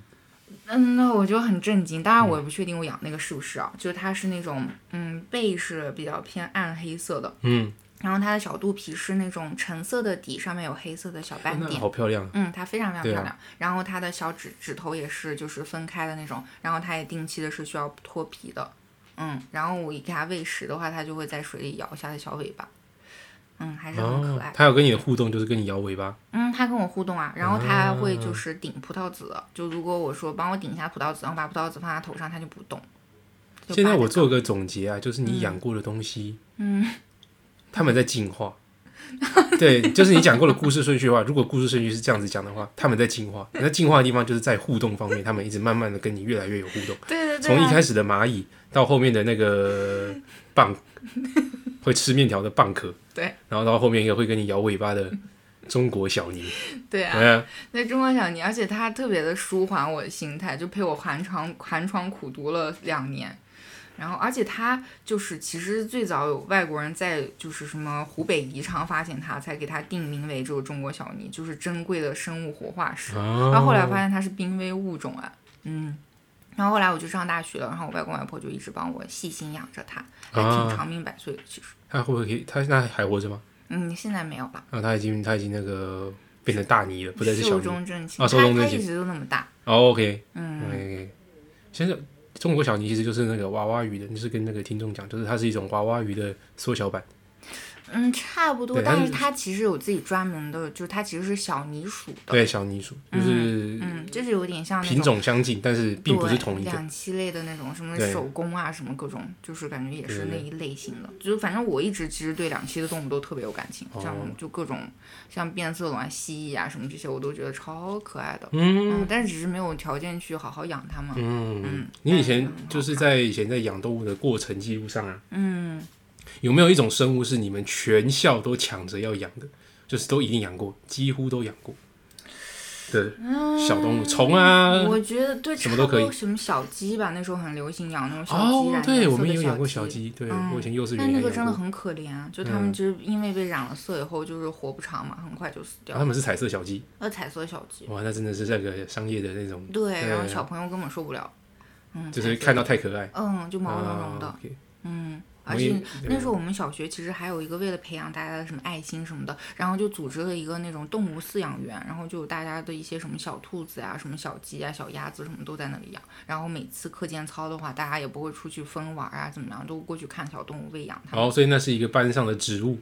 嗯，那我就很震惊。当然，我也不确定我养那个是不是啊，就是它是那种，嗯，背是比较偏暗黑色的，
嗯，
然后它的小肚皮是那种橙色的底，上面有黑色的小斑
那
点。
好漂亮啊。
嗯，它非常非常
对啊
漂亮，然后它的小指指头也是就是分开的那种，然后它也定期的是需要脱皮的，嗯，然后我一给它喂食的话，它就会在水里摇一下它的小尾巴，嗯，还是很可
哦
爱，，
它有跟你的互动，就是跟你摇尾巴。
嗯，它跟我互动啊，然后它还会就是顶葡萄籽，就如果我说帮我顶一下葡萄籽，然后把葡萄籽放在头上，它就不动。就
现在
扒
我
着
做个总结啊，就是你养过的东西，嗯，他们在进化。对，就是你讲过的故事顺序的
[LAUGHS]
话，如果故事顺序是这样子讲的话，他们在进化。那进化的地方就是在互动方面，他们一直慢慢的跟你越来越有互动。
对对对、
从
啊，
一开始的蚂蚁到后面的那个蚌，会吃面条的蚌壳，
对，
然后到后面一个会跟你摇尾巴的中国小宁，
对啊，
嗯，
那中国小年，而且它特别的舒缓我的心态，就陪我寒窗寒窗苦读了两年。然后，而且它就是其实最早有外国人在就是什么湖北宜昌发现它，才给它定名为这个中国小鲵，就是珍贵的生物活化石。
哦
然后后来发现它是濒危物种啊，嗯。然后后来我就上大学了，然后我外公外婆就一直帮我细心养着它，还挺
啊，
长命百岁的。其实，
他会不会可以？他现在还活着吗？
嗯，现在没有了，
啊，他已经他已经那个变成大泥了，不再是小
寿
泥。
终正寝，
啊寿终
它它
正寝
一直都那么大，
哦，OK，
嗯。
OK，现在中国小泥其实就是那个娃娃鱼的，就是跟那个听众讲，就是它是一种娃娃鱼的缩小版。
嗯，差不多，
对它
但是
是
它其实有自己专门的，就是它其实是小泥鼠的，
对，小泥鼠就是
嗯，就是有点像那
品
种
种相近，但是并不是
对
同一个。
两栖类的那种什么
对
手工啊，什么各种，就是感觉也
对
是那
对
一类型的。就是反正我一直其实对两栖的动物都特别有感情，像
哦
就各种像变色龙啊、蜥蜴啊什么这些，我都觉得超可爱的。
嗯
嗯，但是只是没有条件去好好养它们。
嗯
嗯，
你以前就是在以前在养动物的过程记录上啊，
嗯，
有没有一种生物是你们全校都抢着要养的，就是都一定养过，几乎都养过的小动物，
嗯
虫啊，
我觉得对，
什么都
差不
可以
多什么小鸡吧，那时候很流行养那种小
哦
鸡，染，
对，
颜
我
色
们
的
也有养过
小
小
鸡。
鸡，对
嗯
我以前幼稚园
但那
也
个
养
真的
过，
很可怜啊，就
嗯
他们就是因为被染了色以后，就是活不长嘛，很快就死掉
啊他。们是彩色小鸡，
那彩色小鸡，
哇，那真的是那个商业的那种，
对，然后
对
小朋友根本受不了，嗯，
就是
彩色
看到太可爱，
嗯，就毛茸茸的，
啊，OK
嗯。
我
而
也
且那
对
时候我们小学其实还有一个为了培养大家的什么爱心什么的，然后就组织了一个那种动物饲养园，然后就有大家的一些什么小兔子啊、什么小鸡啊、小鸭子什么都在那里养。然后每次课间操的话，大家也不会出去疯玩啊，怎么样，都过去看小动物喂养它们。
然后所以那是一个班上的植物，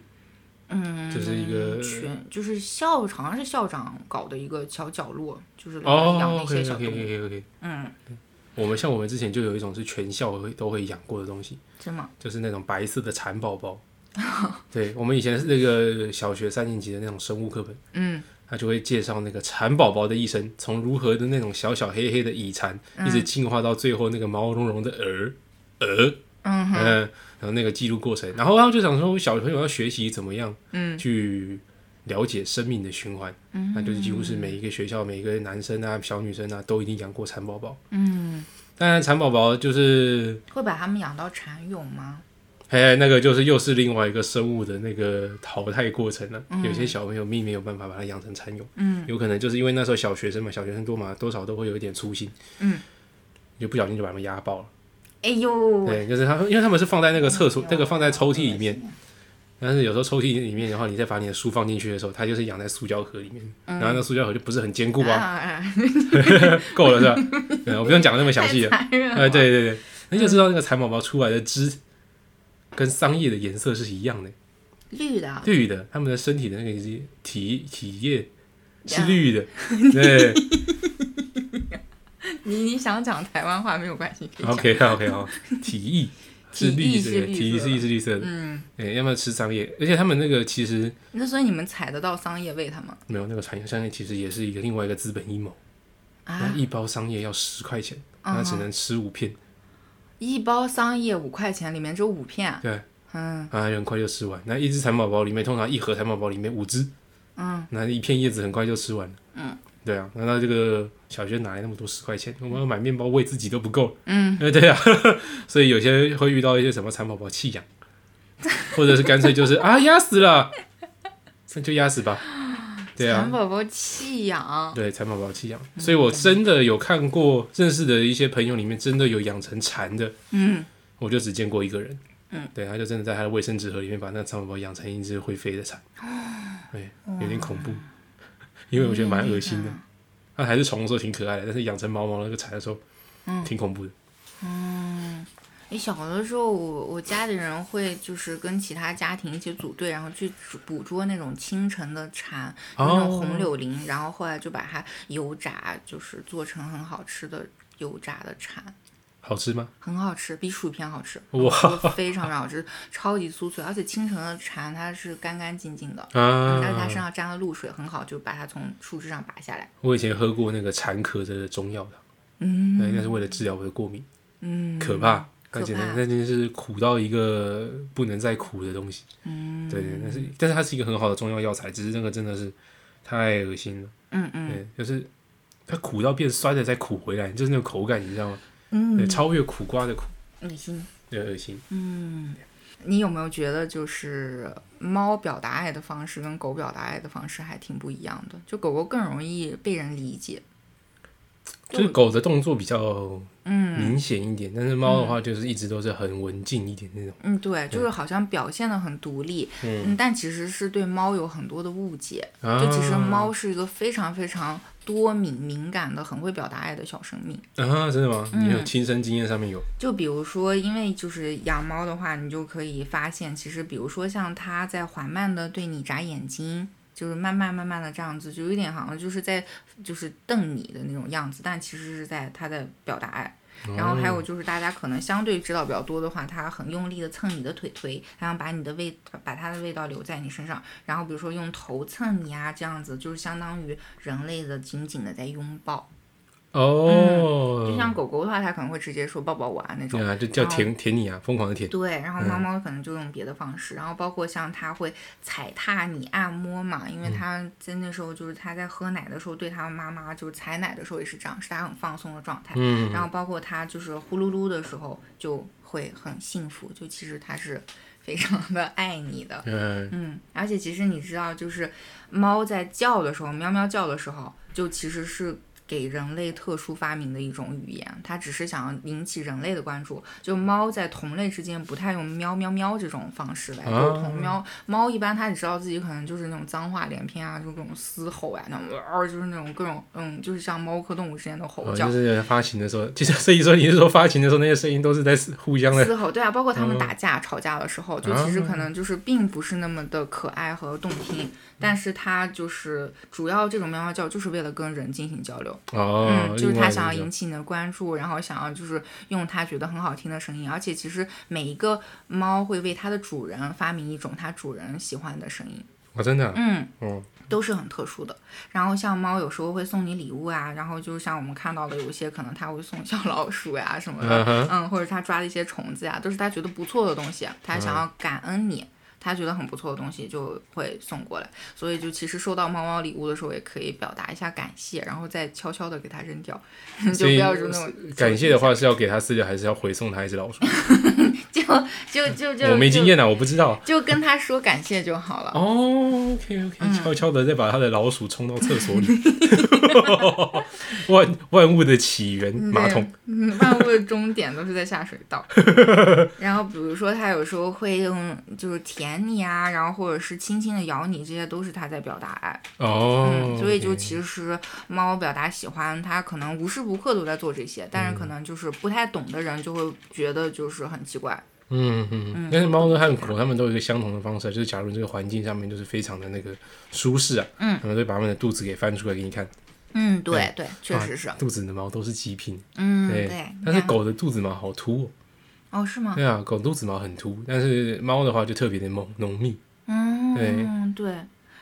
嗯，
这是一个
全就是校好像是校长搞的一个小角落，就是来养
哦
那
，OK
些
OK
小动
OK OK
物。
OK，
嗯，
我们像我们之前就有一种是全校会都会养过的东西，
真吗？
就是那种白色的蚕宝宝。 [LAUGHS] 对，我们以前是那个小学三年级的那种生物课本，
嗯，
它就会介绍那个蚕宝宝的一生，从如何的那种小小黑黑的蚁蚕，一直进化到最后那个毛茸茸的蛾，蛾，
嗯
嗯、然后那个记录过程，然后他们就想说，小朋友要学习怎么样，嗯，去了解生命的循环，嗯，那就是几乎是每一个学校每一个男生啊、小女生啊都一定养过蚕宝宝，嗯，当然蚕宝宝就是，
会把它们养到蚕蛹吗？
哎，那个就是又是另外一个生物的那个淘汰过程了、有些小朋友并没有办法把它养成蚕蛹，嗯，有可能就是因为那时候小学生嘛，小学生多嘛，多少都会有一点粗心，
嗯，
就不小心就把它们压爆了。
哎呦，
对，就是他，因为他们是放在那个厕所
哎，呦
那个放在抽屉里面。但是有时候抽屉里面的话，你再把你的书放进去的时候，它就是养在塑胶盒里面，然后那塑胶盒就不是很坚固啊，
啊，
[LAUGHS] 够了是吧？对，我不用讲的那么详
太
细嗯 [LAUGHS] 了。嗯
残忍了。
哎，对对对，那就知道那个蚕宝宝出来的汁跟桑叶的颜色是一样的，
绿的，
绿的，它们的身体的那个体体液是绿的，对
你你想讲台湾话没有关系，可以讲。
，OK OK 好，哦体液是
体
绿
液
色
是
的，
绿
体液
色
是
的
是绿色的，
嗯，
哎，要么吃桑叶，而且它们那个其实。
那所以你们采得到桑叶喂它吗？
没有，那个产业商业其实也是一个另外一个资本阴谋。那
啊，
一包商业要十块钱，那只能吃五片，
一包桑叶五块钱，里面只有五片。
对，
嗯
啊，很快就吃完。那一只蚕宝宝里面，通常一盒蚕宝宝里面五只，
嗯，
那一片叶子很快就吃完了。
嗯，
对啊，那那这个小学哪来那么多十块钱？我们要买面包喂自己都不够。
嗯，
呃， [LAUGHS] 对啊，所以有些会遇到一些什么蚕宝宝弃养，或者是干脆就是啊压死了，那就压死吧。对啊
蚕，宝宝弃养，
对，蚕宝宝弃养，
嗯
所以我真的有看过认识的一些朋友里面，真的有养成蚕的，
嗯，
我就只见过一个人，
嗯，
对，他就真的在他的卫生纸盒里面把那蚕宝宝养成一只会飞的蚕，
哦
对，有点恐怖，因为我觉得蛮恶心的。它还是虫的时候挺可爱的，但是养成毛毛那个蚕的时候，
嗯
挺恐怖的。
你哎小的时候，我我家里人会就是跟其他家庭一起组队，然后去捕捕捉那种清晨的蝉，就那种红
哦，
柳林，然后后来就把它油炸，就是做成很好吃的油炸的蝉，
好吃吗？
很好吃，比薯片好吃，
[LAUGHS] 哇
非常非常好吃，超级酥脆，而且清晨的蝉它是干干净净的。
啊
但是它身，上沾了露水，很好，就把它从树枝上拔下来。
我以前喝过那个蚕壳的中药的，
嗯
那应该是为了治疗我的过敏。
嗯，
可怕，那
可
简单，
怕
那真是苦到一个不能再苦的东西。
嗯，
对对，但是但是它是一个很好的中药药材，只是那个真的是太恶心了。
嗯嗯
对，就是它苦到变酸的，再苦回来，就是那种口感，你知道吗？对，
嗯，
超越苦瓜的苦，
恶心。
对，恶心。
嗯，你有没有觉得就是猫表达爱的方式跟狗表达爱的方式还挺不一样的？就狗狗更容易被人理解。
就是狗的动作比较
嗯
明显一点，但是猫的话就是一直都是很文静一点那种。
嗯，对，就是好像表现的很独立，
嗯，
嗯，但其实是对猫有很多的误解。
啊
就其实猫是一个非常非常多敏敏感的、很会表达爱的小生命。
啊，真的吗？你有
嗯
亲身经验上面有？
就比如说，因为就是养猫的话，你就可以发现，其实比如说像它在缓慢的对你眨眼睛，就是慢慢慢慢的这样子，就有点好像就是在就是瞪你的那种样子，但其实是在它在表达爱。然后还
哦
有就是大家可能相对知道比较多的话，它很用力的蹭你的腿腿，然后把你的味把它的味道留在你身上，然后比如说用头蹭你啊，这样子就是相当于人类的紧紧的在拥抱，
哦，
嗯就像狗狗的话，它可能会直接说抱抱我啊那种
对。啊，就叫
然后
舔舔你啊，疯狂的舔。
对，然后猫猫可能就用别的方式，然后包括像它会踩踏你、按摩嘛，因为它在那时候就是它在喝奶的时候，对它妈妈就是采奶的时候也是这样，是它很放松的状态。
嗯，
然后包括它就是呼噜噜的时候就会很幸福，就其实它是非常的爱你的。
嗯，
嗯，而且其实你知道，就是猫在叫的时候，喵喵叫的时候，就其实是给人类特殊发明的一种语言，它只是想要引起人类的关注。就猫在同类之间不太用喵喵喵这种方式来沟
啊
通，喵猫一般它只知道自己可能就是那种脏话连篇啊，就这种嘶吼呀、那种嗷就是那种各种嗯，就是像猫科动物之间的吼
哦，
叫。
就是发情的时候， [LAUGHS] 就是所以说你是说发情的时候那些声音都是在互相的
嘶吼，对啊，包括他
嗯
们
啊
打架、吵架的时候，就其实可能就是并不是那么的可爱和动听，但是它就是主要这种喵喵叫就是为了跟人进行交流，
哦，
嗯，就是
另外
它
一
想要
种
引起你的关注，然后想要就是用它觉得很好听的声音，而且其实每一个猫会为它的主人发明一种它主人喜欢的声音，
哦，真的啊、
嗯，
哦
都是很特殊的。然后像猫有时候会送你礼物啊，然后就像我们看到的有一些可能它会送小老鼠呀、什么的，
嗯哼，
嗯，或者它抓了一些虫子呀、都是它觉得不错的东西，啊它想要感恩你。它觉得很不错的东西就会送过来，所以就其实收到猫猫礼物的时候，也可以表达一下感谢，然后再悄悄的给它扔掉， [LAUGHS] 就
所
不
以
要有那种
感谢的话是要给他饲料，还是要回送他一只老鼠？
就就就 [LAUGHS] 就
我没经
就
验啊，我不知道。
就跟它说感谢就好了。
哦，OK OK，悄
嗯
悄的再把他的老鼠冲到厕
[LAUGHS]
所里。 [LAUGHS] 万万物的起源，马桶。
嗯， [LAUGHS] 对，嗯，万物的终点都是在下水
[LAUGHS]
道。然后比如说，它有时候会用就是舔你啊，然后或者是轻轻的咬你，这些都是它在表达爱。
哦、
嗯，所以就
OK
其实猫表达喜欢，它可能无时无刻都在做这些，但是
嗯
可能就是不太懂的人就会觉得就是很奇怪。
嗯嗯嗯，但是猫呢和狗它们都有一个相同的方式，啊就是假如这个环境上面就是非常的那个舒适啊，
嗯，
它们会把它们的肚子给翻出来给你看，
嗯，对对，确实是。啊
肚子的毛都是极品，
嗯，
啊对
对。
但是
你看
狗的肚子毛好凸
哦，是
哦，
吗？
对啊，狗肚子毛很凸，但是猫的话就特别的浓浓密，
嗯，对。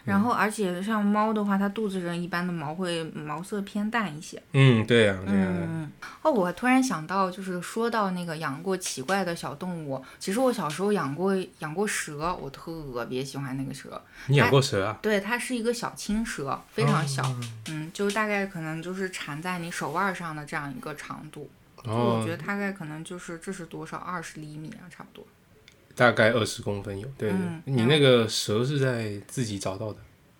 然后，而且像猫的话，它肚子上一般的毛会毛色偏淡一些。
嗯，对啊，对啊，对啊
嗯，哦，我突然想到，就是说到那个养过奇怪的小动物，其实我小时候养过养过蛇，我特别喜欢那个蛇。
你养过蛇啊？
对，它是一个小青蛇，非常小，
哦
嗯，就大概可能就是缠在你手腕上的这样一个长度，就我
哦
觉，得大概可能就是这是多少二十厘米啊，差不多。
大概二十公分有，对对
嗯
你那个蛇是在自己找到的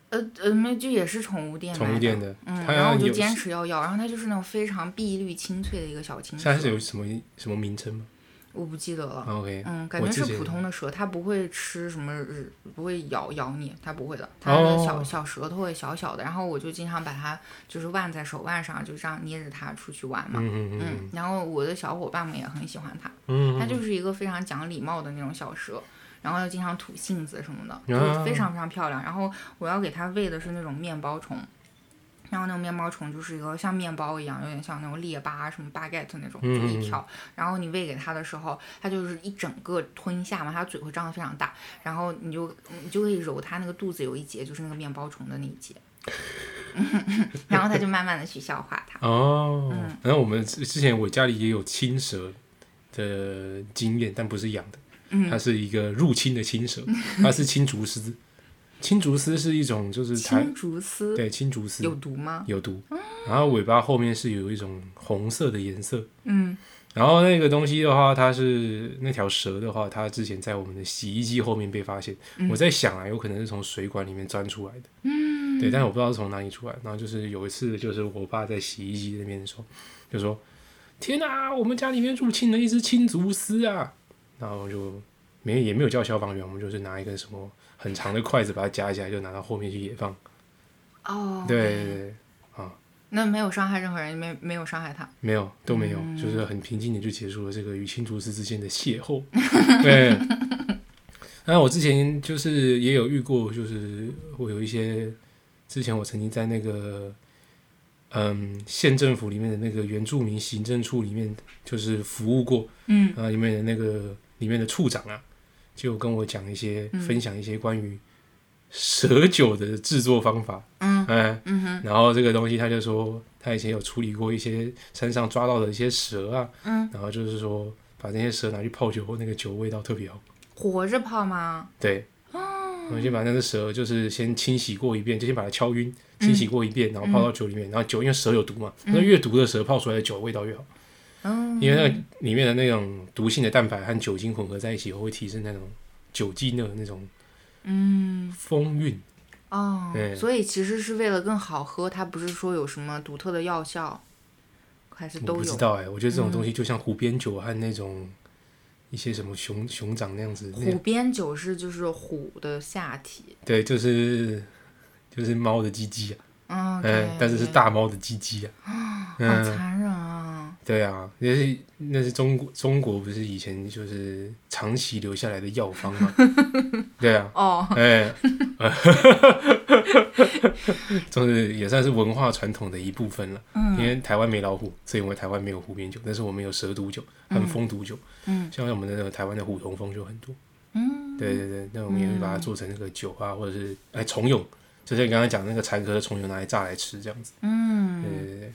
呃呃，没，就也是宠物店买
宠物店的，
嗯，
它
然后我就
有
坚持要要，然后它就是那种非常碧绿清脆的一个小青
它是
蛇，
有什么什么名称吗啊
我不记得了。
？OK，
嗯，感
我
觉
之
是
前
普通的蛇，它不会吃什么，呃不会咬咬你，它不会的。它的小、
哦
小舌头会小小的，然后我就经常把它就是腕在手腕上，就这样捏着它出去玩嘛。
嗯嗯
嗯，然后我的小伙伴们也很喜欢它，
嗯，
它就是一个非常讲礼貌的那种小蛇，然后又经常吐信子什么的，
啊
就非常非常漂亮。然后我要给它喂的是那种面包虫，然后那种面包虫就是一个像面包一样，有点像那种猎巴什么巴盖特那种，就
嗯
一条。然后你喂给它的时候，它就是一整个吞下嘛，它嘴会张得非常大，然后你就你就可以揉它那个肚子有一节，就是那个面包虫的那一节。 [LAUGHS] 然后它就慢慢的去消化它，
哦，
嗯
然后我们之之前我家里也有青蛇的经验，但不是养的，
嗯
它是一个入侵的青蛇，它是青竹丝。青竹丝是一种就是台
青竹丝
对青竹丝
有毒吗？
有毒，然后尾巴后面是有一种红色的颜色，
嗯，
然后那个东西的话，它是那条蛇的话，它之前在我们的洗衣机后面被发现。
嗯
我在想啊，有可能是从水管里面钻出来的。嗯，对，但是我不知道是从哪里出来。然后就是有一次，就是我爸在洗衣机那边的时候，就说：“天啊，我们家里面入侵了一只青竹丝啊！”然后我就没也没有叫消防员，我们就是拿一根什么很长的筷子把它夹起来，就拿到后面去野放。
哦，
对对对对，
那没有伤害任何人，没没有伤害它。
没有，都没有，就是很平静的就结束了这个与青竹丝之间的邂逅。对。然后我之前就是也有遇过，就是我有一些之前我曾经在那个嗯县政府里面的那个原住民行政处里面就是服务过，
嗯
啊里面的那个里面的处长啊，就跟我讲一些、分享一些关于蛇酒的制作方法，
嗯
哎，
嗯哼
然后这个东西他就说，他以前有处理过一些山上抓到的一些蛇啊，
嗯，
然后就是说把那些蛇拿去泡酒后，那个酒味道特别好。
活着泡吗？
对，
哦
我们先把那个蛇就是先清洗过一遍，就先把它敲晕，
嗯
清洗过一遍，然后泡到酒里面，然后酒因为蛇有毒嘛，那越毒的蛇泡出来的酒味道越好，
嗯，
因为那个里面的那种毒性的蛋白和酒精混合在一起后，会提升那种酒精的那种
嗯
风韵。
哦，
嗯
所以其实是为了更好喝，它不是说有什么独特的药效，还是
我
都
不知
有。嗯
道哎、我觉得这种东西就像湖边酒啊和那种一些什么熊熊掌那样子，那
虎鞭酒是就是虎的下体，
对，就是就是猫的鸡鸡啊，
嗯，
嗯，但是嗯是
OK，OK
大猫的鸡鸡啊，
好残忍啊！
对啊，那是那是中国中国不是以前就是长期留下来的药方 [LAUGHS] 嘛？对啊，
哦，
哎、 [LAUGHS] 就是也算是文化传统的一部分了。嗯，因为台湾没老虎，所以我们台湾没有湖边酒，但是我们有蛇毒酒和风毒酒。
嗯，
像我们的那个台湾的虎头蜂就很多。嗯，对对对，那我们也会把它做成那个酒啊，或者是哎虫蛹，就像你刚才讲那个蚕壳的虫蛹拿来炸来吃这样子。嗯，对对对对，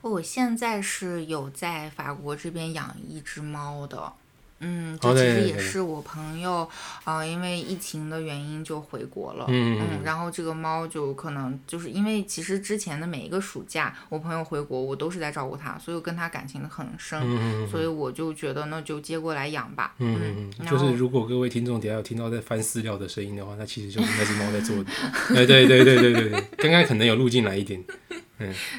我现在是有在法国这边养一只猫的。嗯，
哦
这其
对
实
对
也
对
是我朋友啊、呃因为疫情的原因就回国了。
嗯嗯
嗯，然后这个猫就可能就是因为其实之前的每一个暑假，我朋友回国，我都是在照顾它，所以我跟它感情很深，
嗯嗯
所以我就觉得那就接过来养吧。
嗯嗯嗯，
然
就
后
是如果各位听众等一下有听到在翻饲料的声音的话，那其实就是那只猫在
[LAUGHS]
做的。对对对对对对对，刚刚可能有录进来一点。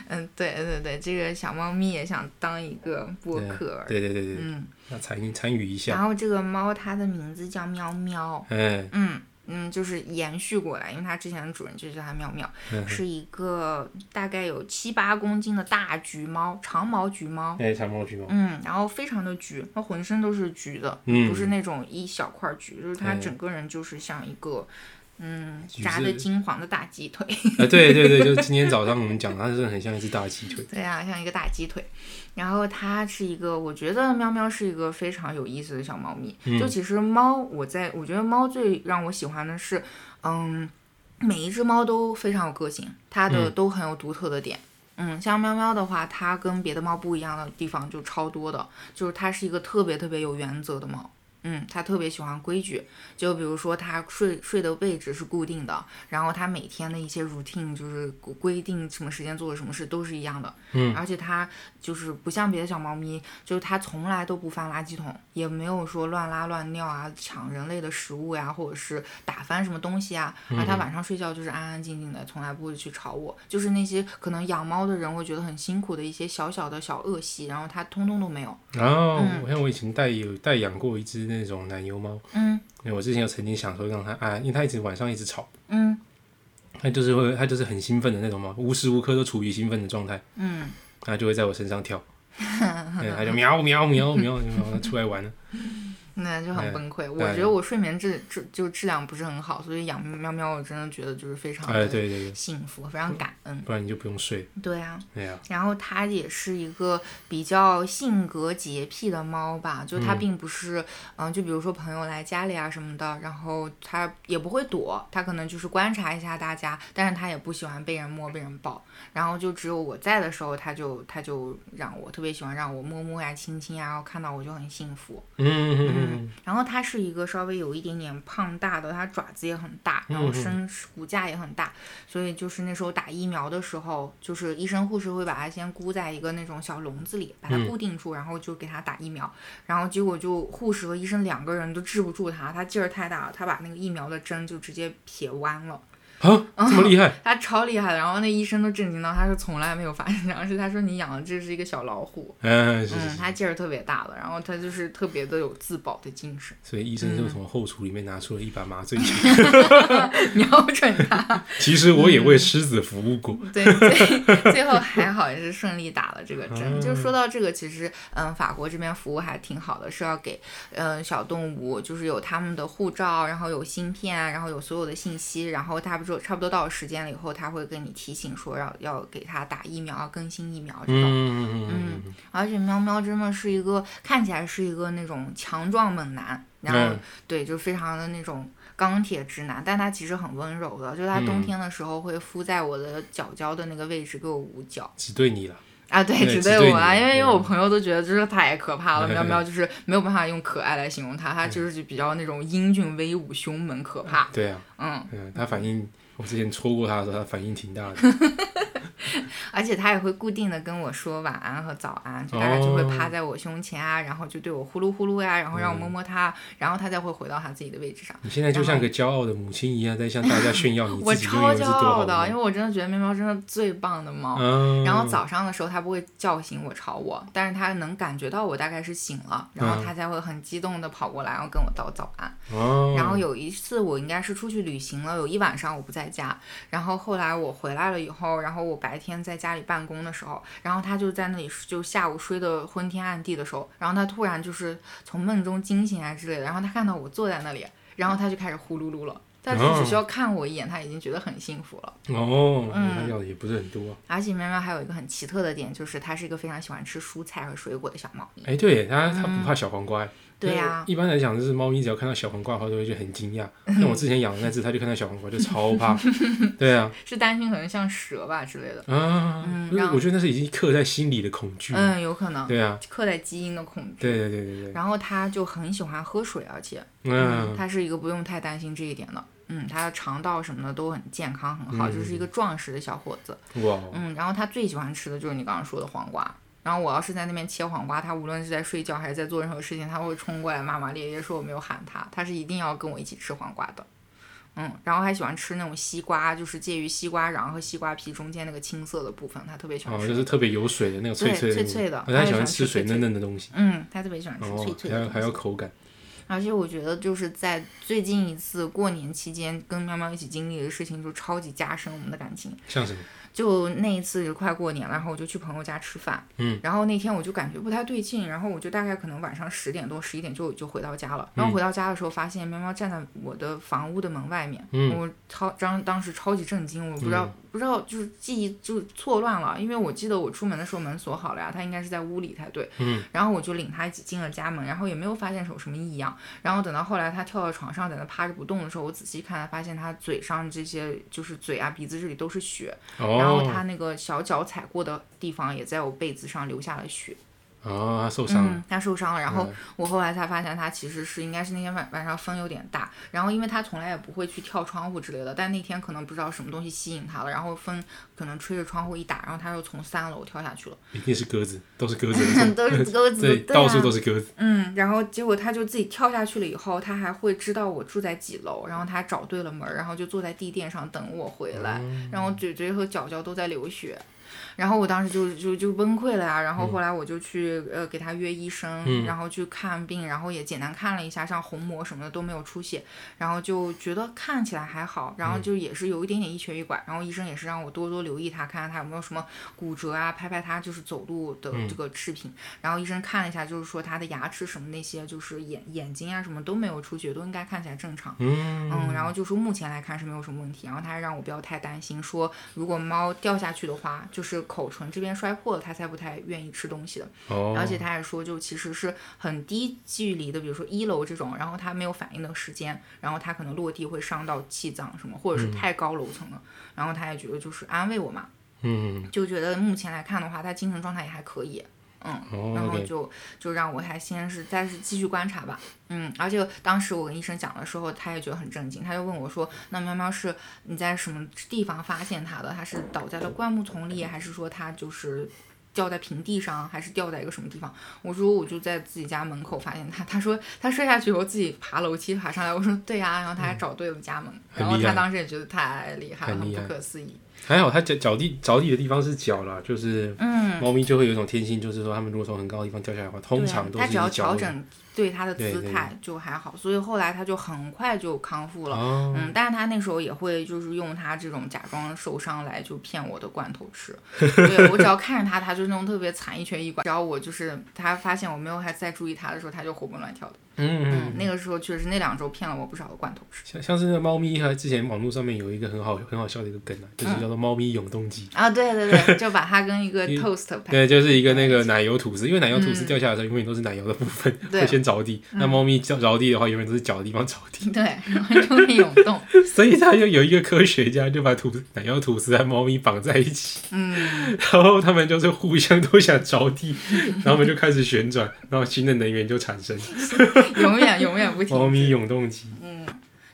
嗯，对对对，这个小猫咪也想当一个播客儿。
对对对对，对
嗯，
那参与参与一
然
下。
后这个猫它的名字叫喵喵。
嗯
嗯嗯，就是延续过来，因为它之前的主人就叫它妙妙，
嗯，
是一个大概有七八公斤的大橘猫，长毛橘猫。
哎，长毛橘猫。
嗯，然后非常的橘，它浑身都是橘的，
嗯，
不是那种一小块橘，就是它
嗯
整个人就是像一个，嗯，
橘
炸
子
的金黄的大鸡
[LAUGHS]
腿。
啊，对对对，就是今天早上我们讲，它真的很像一只大鸡
[LAUGHS]
腿。
对啊，像一个大鸡腿。然后它是一个，我觉得喵喵是一个非常有意思的小猫咪。
嗯
就其实猫，我在我觉得猫最让我喜欢的是，嗯，每一只猫都非常有个性，它的都很有独特的点。嗯，像喵喵的话，它跟别的猫不一样的地方就超多的，就是它是一个特别特别有原则的猫。嗯，它特别喜欢规矩，就比如说它睡睡的位置是固定的，然后它每天的一些 routine 就是规定什么时间做什么事都是一样的。
嗯
而且它就是不像别的小猫咪，就是它从来都不翻垃圾桶，也没有说乱拉乱尿啊、抢人类的食物呀、或者是打翻什么东西啊。
嗯
而它晚上睡觉就是安安静静的，从来不会去吵我。就是那些可能养猫的人会觉得很辛苦的一些小小的小恶习，然后它通通都没有。
然后我像我以前带有带养过一只那种奶油猫，
嗯
因为我之前有曾经想说让它啊，因为它一直晚上一直吵，
嗯
它就是会它就是很兴奋的那种猫，无时无刻都处于兴奋的状态。
嗯，
它就会在我身上
[LAUGHS]
跳，对，它就喵喵喵喵喵出来玩了。
那就很
哎
崩溃。我
哎
觉得我睡眠质质就质量不是很好，所以养喵喵我真的觉得就是非常
哎，
的
对对对，
幸福，非常感恩。
不然你就不用睡了。
对啊。
哎呀，
然后它也是一个比较性格洁癖的猫吧，就它并不是，嗯、就比如说朋友来家里啊什么的，然后它也不会躲，它可能就是观察一下大家，但是它也不喜欢被人摸、被人抱。然后就只有我在的时候，它就它就让我特别喜欢让我摸摸呀、亲亲呀，然后看到我就很幸福。
嗯嗯嗯
然后它是一个稍微有一点点胖大的，它爪子也很大，然后身骨架也很大，所以就是那时候打疫苗的时候，就是医生护士会把它先箍在一个那种小笼子里，把它固定住，然后就给它打疫苗。然后结果就护士和医生两个人都治不住它，它劲儿太大了，它把那个疫苗的针就直接撇弯了。
嗯，啊，这么厉害，
它超厉害的，然后那医生都震惊到，他说从来没有发生这样的事。他说你养的这是一个小老虎，
嗯，是是
嗯，
是，
它劲儿特别大的，然后它就是特别的有自保的精神。 [LAUGHS]
所以医生就从后厨里面拿出了一把麻醉枪。
瞄准它。
[LAUGHS] 其实我也为狮子服务过，
对，最 [LAUGHS] 最后还好也是顺利打了这个针。
嗯
就说到这个，其实嗯，法国这边服务还挺好的，是要给嗯小动物，就是有他们的护照，然后有芯片，啊然后有所有的信息，然后差不多差不多到时间了以后，他会跟你提醒说要要给它打疫苗，要更新疫苗这种。
嗯嗯嗯
而且喵喵真的是一个看起来是一个那种强壮猛男，然后、
嗯
对，就非常的那种钢铁直男，但他其实很温柔的，就是他冬
嗯
天的时候会敷在我的脚脚的那个位置给我捂脚。
只对你了，
啊，对，
对
只
只对
我啊，
你
因为因为
对嗯
我朋友都觉得就是太可
[LAUGHS]
怕了，
对
喵喵就是没有办法用可爱来形容它，它就是比较那种英俊威武、凶猛、可怕，
对啊，
嗯， [LAUGHS]
嗯，他反应，我之前戳过他的时候，他反应挺大的，
而且它也会固定的跟我说晚安和早安，就大概就会
哦
趴在我胸前啊，然后就对我呼噜呼噜呀、然后让
嗯
我摸摸它，然后它再会回到它自己的位置上。
你现在就像个骄傲的母亲一样，在向大家炫耀你
我
自己拥
超
有是
骄
多好
傲的，因为我真的觉得面包真的最棒的猫。
嗯，
然后早上的时候，它不会叫醒我吵我，但是它能感觉到我大概是醒了，然
嗯
后它才会很激动的跑过来，然后跟我道早安。
哦，
然后有一次我应该是出去旅行了，有一晚上我不在家，然后后来我回来了以后，然后我白天在家里办公的时候，然后他就在那里就下午睡得昏天暗地的时候，然后他突然就是从梦中惊醒啊之类的，然后他看到我坐在那里，然后他就开始呼噜噜了。但是只需要看我一眼，他已经觉得很幸福了。
哦，
嗯
那要的也不是很多。
而且喵喵还有一个很奇特的点，就是它是一个非常喜欢吃蔬菜和水果的小猫咪。
哎，对它它不怕小黄瓜。
对啊呀、
因为一般来讲，就是猫咪只要看到小黄瓜的话，都会觉得很惊
[LAUGHS]
讶。像我之前养的那只，它就看到小黄瓜就超怕。对啊，
是担心可能像蛇吧之类的。
啊
嗯，
就是
然后
我觉得那是已经刻在心里的恐惧。
嗯，有可能
对啊，
刻在基因的恐惧。
对对对对对，
然后它就很喜欢喝水，而且，
嗯，
它是一个不用太担心这一点的。嗯，它的肠道什么的都很健康，很好，
嗯哦
就是一个壮实的小伙子。
哇，
嗯，然后它最喜欢吃的就是你刚刚说的黄瓜。然后我要是在那边切黄瓜，它无论是在睡觉还是在做任何事情，它会冲过来骂骂咧咧说我没有喊它，它是一定要跟我一起吃黄瓜的。嗯，然后还喜欢吃那种西瓜，就是介于西瓜瓤和西瓜皮中间那个青色的部分，它特别喜欢
哦，
吃。
就是特别有水的那个脆
对
的那
脆
个，
脆的
啊它
它
喜欢
也喜欢
吃
吃
水
脆脆
嫩嫩的东西。
嗯，它特别喜欢吃脆
哦，
脆
还
的、
要还要口感。
而且我觉得就是在最近一次过年期间跟喵喵一起经历的事情，就超级加深我们的感情。
像什么？
就那一次就快过年了，然后我就去朋友家吃饭，
嗯，
然后那天我就感觉不太对劲，然后我就大概可能晚上十点多十一点就就回到家了，
嗯
然后回到家的时候发现喵喵站在我的房屋的门外面，
嗯
我超当当时超级震惊，我不知道、不知道就是记忆就错乱了，因为我记得我出门的时候门锁好了呀，它应该是在屋里才对，
嗯，
然后我就领它一起进了家门，然后也没有发现有什么异样，然后等到后来它跳到床上在那趴着不动的时候，我仔细看它发现它嘴上这些就是嘴啊鼻子这里都是血，然后
哦，
它那个小脚踩过的地方也在我被子上留下了血，
哦，它受伤了。
嗯，它受伤了。然后我后来才发现，它其实是应该是那天晚晚上风有点大，然后因为它从来也不会去跳窗户之类的，但那天可能不知道什么东西吸引它了，然后风可能吹着窗户一打，然后它又从三楼跳下去了，，
一定是鸽子，都是鸽子
[LAUGHS] 都是鸽子，
对，
啊
到处都是鸽子。
嗯，然后结果他就自己跳下去了以后，他还会知道我住在几楼，然后他找对了门儿，然后就坐在地垫上等我回来，
哦
然后嘴嘴和脚脚都在流血，然后我当时就就就崩溃了呀、然后后来我就去、呃给他约医生，
嗯
然后去看病，然后也简单看了一下，像虹膜什么的都没有出血，然后就觉得看起来还好，
嗯
然后就也是有一点点一瘸一拐，然后医生也是让我多多留意他，看看他有没有什么骨折啊，拍拍他就是走路的
嗯
这个视频。然后医生看了一下，就是说他的牙齿什么那些，就是眼眼睛啊什么都没有出血，都应该看起来正常。
嗯
嗯，然后就说目前来看是没有什么问题，然后他还让我不要太担心，说如果猫掉下去的话，就是口唇这边摔破了，它才不太愿意吃东西的。
哦，
而且他还说，就其实是很低距离的，比如说一楼这种，然后他没有反应的时间，然后他可能落地会伤到气脏什么，或者是太高楼层了。然后他也觉得就是安慰我嘛，
嗯，
就觉得目前来看的话，他精神状态也还可以。嗯，
哦
然后
，OK，
就就让我还先是再是继续观察吧，嗯，而且当时我跟医生讲的时候，他也觉得很震惊，他就问我说：“那喵喵是你在什么地方发现它的？它是倒在了灌木丛里，还是说它就是掉在平地上，还是掉在一个什么地方？”我说：“我就在自己家门口发现它。”他说：“他摔下去以后自己爬楼梯爬上来。”我说：“对呀、啊然后他还找对了家门，
嗯很
然后
厉
他
害
当时也觉得太厉害了，
很
很
厉
不
害
可思议。
还好它脚脚地着地的地方是脚啦，就是
嗯，
猫咪就会有一种天性，就是说它们如果从很高的地方掉下来的话，通常都
啊他
是
只要
以
调
脚
整对他的
对
姿
对
态就还好，所以后来他就很快就康复了。
哦，
嗯，但是他那时候也会就是用他这种假装受伤来就骗我的罐
[LAUGHS]
头吃，对我只要看着他，他就那种特别惨一瘸一拐。只要我就是他发现我没有还在注意他的时候，他就活蹦乱跳的。
嗯，
嗯，那个时候确实那两周骗了我不少的罐头吃
像像是那个猫咪，它之前网络上面有一个很好很好笑的一个梗啊，
嗯
就是叫做猫咪永动机。
啊，对对对，就把它跟
[LAUGHS]
一个 toast 配，
对，就是一个那个奶油吐司，因为奶油吐司掉下来的时候，永远都是奶油的部分
嗯对嗯
会先着地。那猫咪着着地的话，永远都是脚的地方着地。 [LAUGHS]
对， [LAUGHS] 然后就会涌动。
所以他就有一个科学家就把吐奶油吐司和猫咪绑在一起，嗯，然后他们就是互相都想着地，然后我们就开始旋转，然后新的能源就产生， [LAUGHS]
永远永远不停。
猫咪永动机。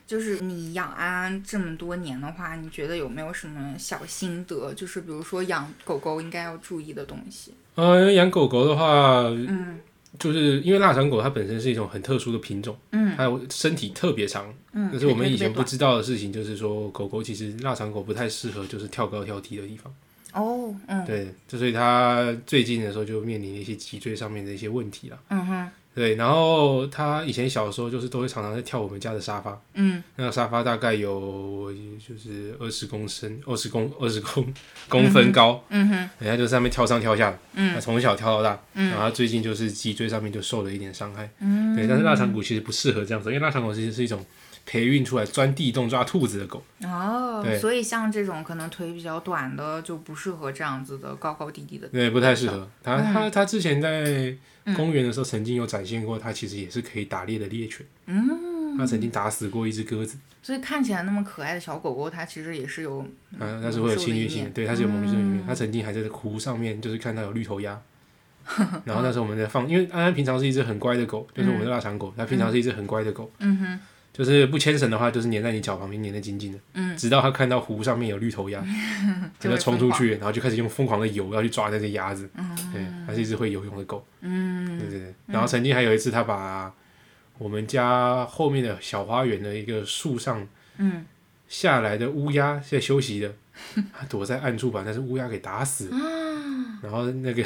就是你养安安这么多年的话，你觉得有没有什么小心得？就是比如说养狗狗应该要注意的东西。
嗯，养狗狗的话，
嗯
就是因为腊肠狗它本身是一种很特殊的品种，
嗯
它有身体特别长，
嗯，
但是我们以前不
腿特
知道的事情，就是说狗狗其实腊肠狗不太适合就是跳高跳低的地方，
别短哦，嗯
对，就所以它最近的时候就面临一些脊椎上面的一些问题啦。
嗯哼
对，然后它以前小时候就是都会常常在跳我们家的沙发，
嗯
那个沙发大概有就是二十公升、二十公、二十公公分高，
嗯哼
人家就在上面跳上跳下的，
嗯
它从小跳到大，
嗯
然后它最近就是脊椎上面就受了一点伤害，
嗯，
对，但是腊肠狗其实不适合这样子，因为腊肠狗其实是一种培育出来钻地洞抓兔子的狗，
哦
对，
所以像这种可能腿比较短的就不适合这样子的高高低低的。
对，不太适合。它它它之前在公园的时候曾经有展现过，它其实也是可以打猎的猎犬，嗯，它曾经打死过一只鸽子，
所以看起来那么可爱的小狗狗，它其实也是有
啊，它是会有侵略性的，嗯对，它是有萌生的一面。它曾经还在湖上面，就是看到有绿头 [LAUGHS] 鸭。然后那时候我们在放，因为安安平常是一只很乖的狗，就是我们的腊肠狗，它平常是一只很乖的狗，
嗯哼
就是不牵绳的话，就是粘在你脚旁边，粘得紧紧的，
嗯，
直到它看到湖上面有绿头鸭，它
[LAUGHS] 就
就
会
冲
疯
出去，然后就开始用疯狂的游要去抓那只鸭子，对，它是一只会游泳的狗，
嗯
对对对。然后曾经还有一次，它把我们家后面的小花园的一个树上
嗯
下来的乌鸦在休息的， [LAUGHS] 它躲在暗处把那只乌鸦给打死了。
啊
然后那
[LAUGHS]
个，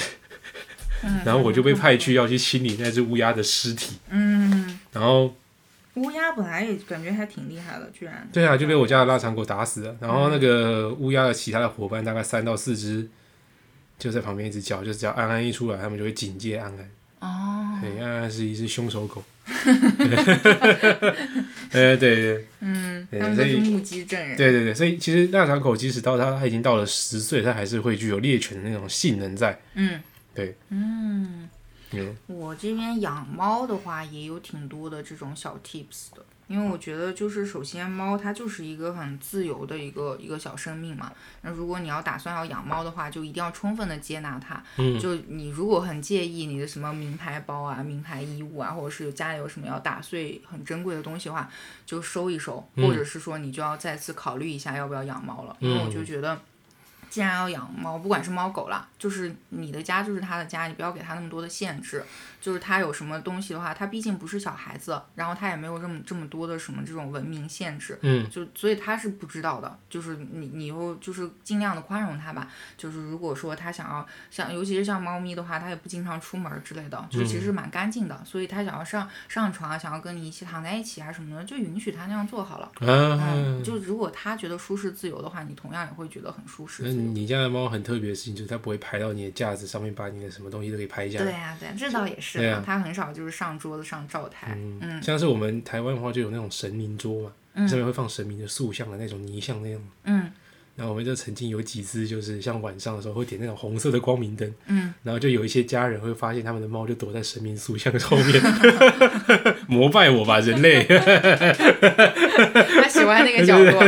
[LAUGHS]
嗯
然后我就被派去要去清理那只乌鸦的尸体。
嗯，
然后，
乌鸦本来也感觉还挺厉害的，居然
对啊，就被我家的腊肠狗打死了。然后那个乌鸦的其他的伙伴大概三到四只，就在旁边一直叫，就只要安安一出来，他们就会警戒安安。
哦，
对，安安是一只凶手狗。呃，对对
嗯，
对
他们都
所
是
以
目击证人，
对对对，所以其实腊肠狗即使到它它已经到了十岁，它还是会具有猎犬的那种性能在。
嗯，
对，
嗯，
嗯，
我这边养猫的话也有挺多的这种小 tips 的，因为我觉得就是首先猫它就是一个很自由的一个一个小生命嘛，那如果你要打算要养猫的话，就一定要充分的接纳它。
嗯
就你如果很介意你的什么名牌包啊、名牌衣物啊，或者是家里有什么要打碎很珍贵的东西的话，就收一收，
嗯
或者是说你就要再次考虑一下要不要养猫了，因为我就觉得。既然要养猫，不管是猫狗啦，就是你的家就是它的家，你不要给它那么多的限制。就是它有什么东西的话，它毕竟不是小孩子，然后它也没有这么这么多的什么这种文明限制，
嗯，
就所以他是不知道的，就是你你又就是尽量的宽容他吧。就是如果说他想要像，尤其是像猫咪的话，它也不经常出门之类的，就其实蛮干净的，所以它想要上上床啊，想要跟你一起躺在一起啊什么的，就允许它那样做好了。
啊
嗯，，就如果它觉得舒适自由的话，你同样也会觉得很舒适
那
自由。
你家的猫很特别的事情就是它不会拍到你的架子上面，把你的什么东西都给拍下
对
来。
啊，对啊，这倒也是
对
啊，
啊
它很少就是上桌子上灶台。嗯
像是我们台湾的话，就有那种神明桌嘛，
嗯
上面会放神明的塑像的那种泥像那样。
嗯
然后我们就曾经有几次，就是像晚上的时候会点那种红色的光明灯，
嗯，
然后就有一些家人会发现他们的猫就躲在神明塑像后
[LAUGHS]
面，膜拜我吧，人类。
他喜欢那个角落。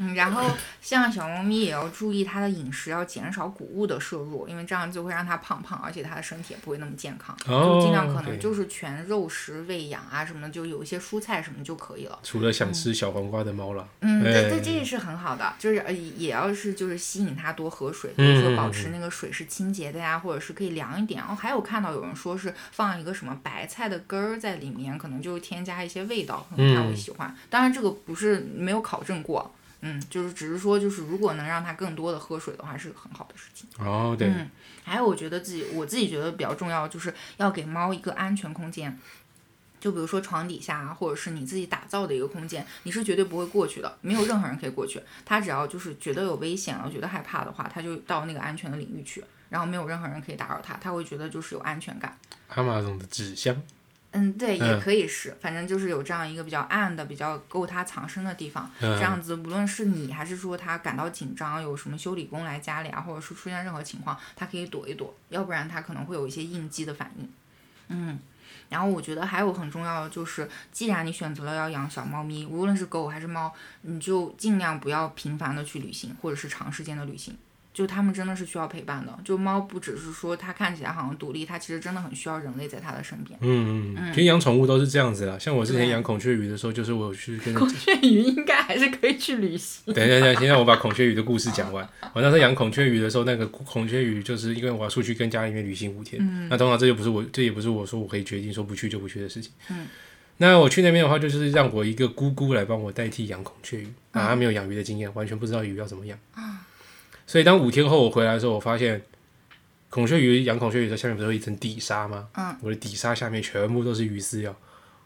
嗯，然后像小猫咪也要注意它的饮食，要减少谷物的摄入，因为这样就会让它胖胖，而且它的身体也不会那么健康。就尽量可能
OK
就是全肉食喂养啊什么的，就有一些蔬菜什么就可以了。
除了想吃小黄瓜的猫啦，
嗯，对
哎
对，这也是很好的，就是呃也要是就是吸引它多喝水，比如说保持那个水是清洁的呀，或者是可以凉一点。然后还有看到有人说是放一个什么白菜的根儿在里面，可能就添加一些味道，可能它会喜欢。当然这个不是没有考证过，嗯，就是只是说就是如果能让它更多的喝水的话，是很好的事情。
哦，对，
嗯，还有我觉得自己我自己觉得比较重要，就是要给猫一个安全空间。就比如说床底下啊，或者是你自己打造的一个空间，你是绝对不会过去的，没有任何人可以过去。它只要就是觉得有危险了，觉得害怕的话，它就到那个安全的领域去，然后没有任何人可以打扰它，它会觉得就是有安全感。
阿玛总的纸箱，
嗯，对，也
嗯
可以是，反正就是有这样一个比较暗的、比较够它藏身的地方，这
嗯，
样子，无论是你还是说他感到紧张，有什么修理工来家里啊，或者是出现任何情况，他可以躲一躲，要不然他可能会有一些应激的反应。嗯，然后我觉得还有很重要的就是，既然你选择了要养小猫咪，无论是狗还是猫，你就尽量不要频繁的去旅行，或者是长时间的旅行。就他们真的是需要陪伴的。就猫不只是说它看起来好像独立，它其实真的很需要人类在它的身边。
嗯嗯，其实养宠物都是这样子啦。像我之
啊
前养孔雀鱼的时候，就是我有去
[LAUGHS]
跟
孔雀鱼应该还是可以去旅
[LAUGHS]
行。
等一下，等一下，先让我把孔雀鱼的故事讲完。我那时候养孔雀鱼的时候，那个孔雀鱼就是因为我要出去跟家里面旅行五天，
嗯
那通常这就不是我，这也不是我说我可以决定说不去就不去的事情。
嗯，
那我去那边的话，就是让我一个姑姑来帮我代替养孔雀鱼
嗯
啊，她没有养鱼的经验，完全不知道鱼要怎么养。
啊
所以当五天后我回来的时候，我发现孔雀鱼养孔雀鱼的下面不是有一层底沙吗？
嗯，
我的底沙下面全部都是鱼饲料，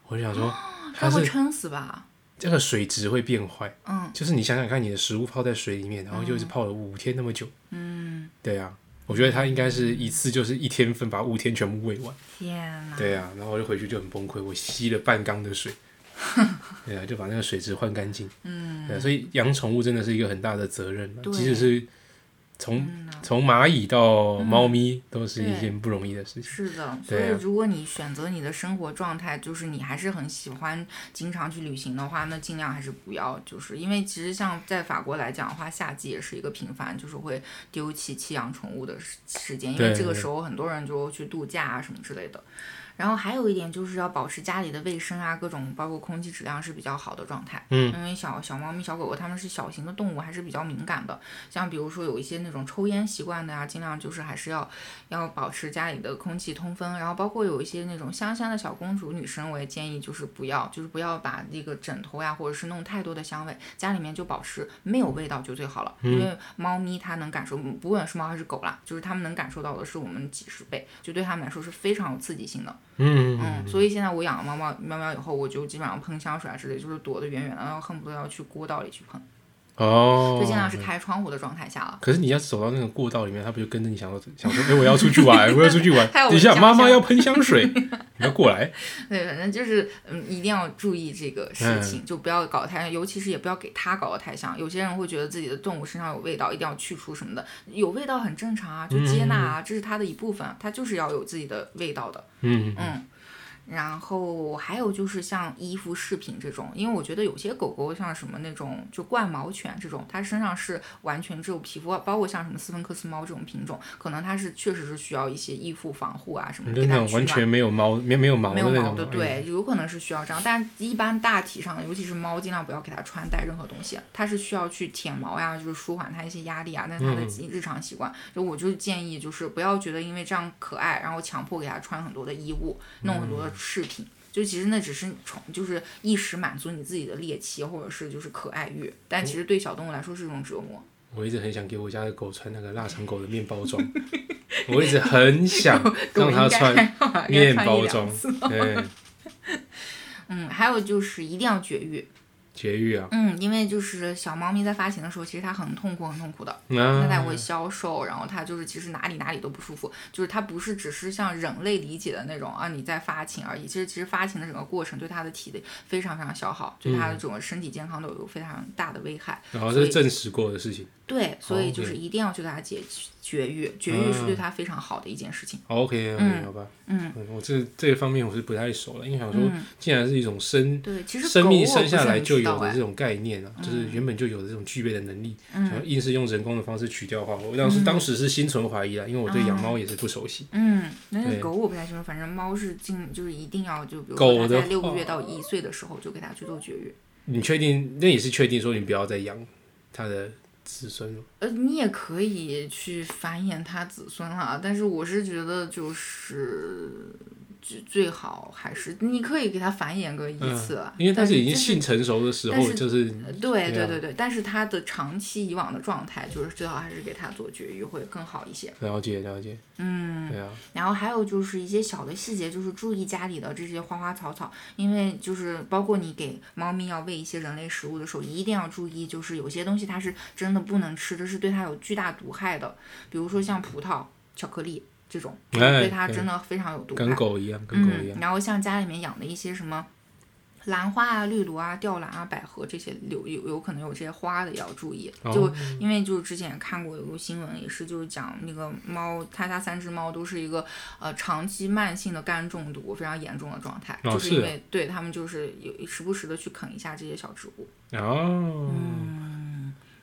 我就想说
它
它
会
是
撑死吧？
这个水质会变坏。
嗯，
就是你想想看，你的食物泡在水里面，然后就是泡了五天那么久。嗯，对啊，我觉得他应该是一次就是一天份把五天全部喂完。
天哪！
对啊，然后我就回去就很崩溃，我吸了半缸的水。对啊，就把那个水质换干净。嗯，对啊、所以养宠物真的是一个很大的责任啊
对
即使是从
嗯呐
从蚂蚁到猫咪，都是一件不容易的事情。
是的，所以
对啊
如果你选择你的生活状态，就是你还是很喜欢经常去旅行的话，那尽量还是不要，就是因为其实像在法国来讲的话，夏季也是一个频繁就是会丢弃弃养宠物的时时间，因为
对
这个
对
时候很多人就去度假啊什么之类的。然后还有一点就是要保持家里的卫生啊，各种包括空气质量是比较好的状态。
嗯，
因为小小猫咪、小狗狗它们是小型的动物，还是比较敏感的。像比如说有一些那种抽烟习惯的呀、啊尽量就是还是要要保持家里的空气通风，然后包括有一些那种香香的小公主女生，我也建议就是不要，就是不要把那个枕头呀，或者是弄太多的香味，家里面就保持没有味道就最好了。因
嗯
为猫咪它能感受，不管是猫还是狗啦，就是它们能感受到的是我们几十倍，就对它们来说是非常有刺激性的。
嗯
嗯，所以现在我养了猫猫喵喵以后，我就基本上喷香水啊之类，就是躲得远远的，然后恨不得要去过道里去喷，
哦
就，尽量是开窗户的状态下了。
可是你要走到那个过道里面，它不就跟着你想说 [LAUGHS] 想说，哎、我要出去
[LAUGHS]
玩，我要出去玩
还有。我
等一下，
家
妈妈
乡
要喷香
[LAUGHS]
水，你要过来。
对，反正就是嗯，一定要注意这个
嗯
事情，就不要搞太，尤其是也不要给它搞得太像。有些人会觉得自己的动物身上有味道，一定要去除什么的，有味道很正常啊，就接纳啊，这是它的一部分，它就是要有自己的味道的。
嗯，
嗯。然后还有就是像衣服、饰品这种，因为我觉得有些狗狗像什么那种就冠毛犬这种，它身上是完全只有皮肤，包括像什么斯芬克斯猫这种品种，可能它是确实是需要一些衣服防护啊什么，
就
给
那
它
种
取
完
暖
全没有毛、没没有毛
没
的
有
那
毛
种。
的，
哎，
对，有可能是需要这样，但一般大体上，尤其是猫，尽量不要给它穿戴任何东西，它是需要去舔毛呀，就是舒缓它一些压力啊，那是它的
嗯
日常习惯。就我就是建议，就是不要觉得因为这样可爱，然后强迫给它穿很多的衣物，弄
嗯
很多的饰品。就其实那只是宠，就是一时满足你自己的猎奇或者是就是可爱欲，但其实对小动物来说是一种折磨。
我一直很想给我家的狗穿那个腊肠狗的面包装， [LAUGHS] 我一直很想让它
[LAUGHS] 狗应
穿
该还好应该
面
穿一
包
两
装 [LAUGHS] 哎
次。
对，
嗯，还有就是一定要绝育，
绝育啊，
嗯，因为就是小猫咪在发情的时候，其实它很痛苦，很痛苦的。
啊
它才
那
会消瘦，然后它就是其实哪里哪里都不舒服，就是它不是只是像人类理解的那种啊你在发情而已，其实其实发情的整个过程对它的体力非常非常消耗，对它的整个身体健康都有非常大的危害。
然后这是证实过的事情。
对，所以就是
OK
一定要去给它解绝育，绝育是对
嗯
它非常好的一件事情。
OK，好吧，
嗯，
我这这个方面我是不太熟了，因为想说，既然是一种生
对，其实
生
狗
命
我
生
不
下
是
来
很
就
知道
有的
哎嗯
这种概念啊，就是原本就有的这种具备的能力，然后硬是用人工的方式取掉的话，我当时当时是心存怀疑啦，因为我对养
啊
猫也是不熟悉。
嗯，那是
对
狗我不太清楚，反正猫是进就是一定要就比如
狗
说它
的
在六个
话
月到一岁的时候就给它去做绝育。
你确定？那也是确定说你不要再养它的子孙吗？
呃，你也可以去繁衍他子孙了，但是我是觉得就是最最好还是你可以给他繁衍个一次，
嗯因为它
但
是已经
这
性成熟的时
但
候，
是
就是
呃对
对
对
啊
对对，但是他的长期以往的状态，就是最好还是给他做绝育会更好一些。
了解了解，嗯，对啊，
然后还有就是一些小的细节，就是注意家里的这些花花草草，因为就是包括你给猫咪要喂一些人类食物的时候，一定要注意，就是有些东西它是真的不能吃，这是对它有巨大毒害的，比如说像葡萄、巧克力这种，
哎
对它
对
真的非常有毒害
跟。狗一样，跟狗一
嗯
样，，
然后像家里面养的一些什么。兰花啊、绿萝啊、吊兰啊、百合这些有有有可能有这些花的也要注意，
哦
就因为就是之前也看过有个新闻，也是就是讲那个猫，它家三只猫都是一个呃长期慢性的肝中毒非常严重的状态，
哦
就是
是
因为对嗯它们就是有时不时的去啃一下这些小植物。
哦，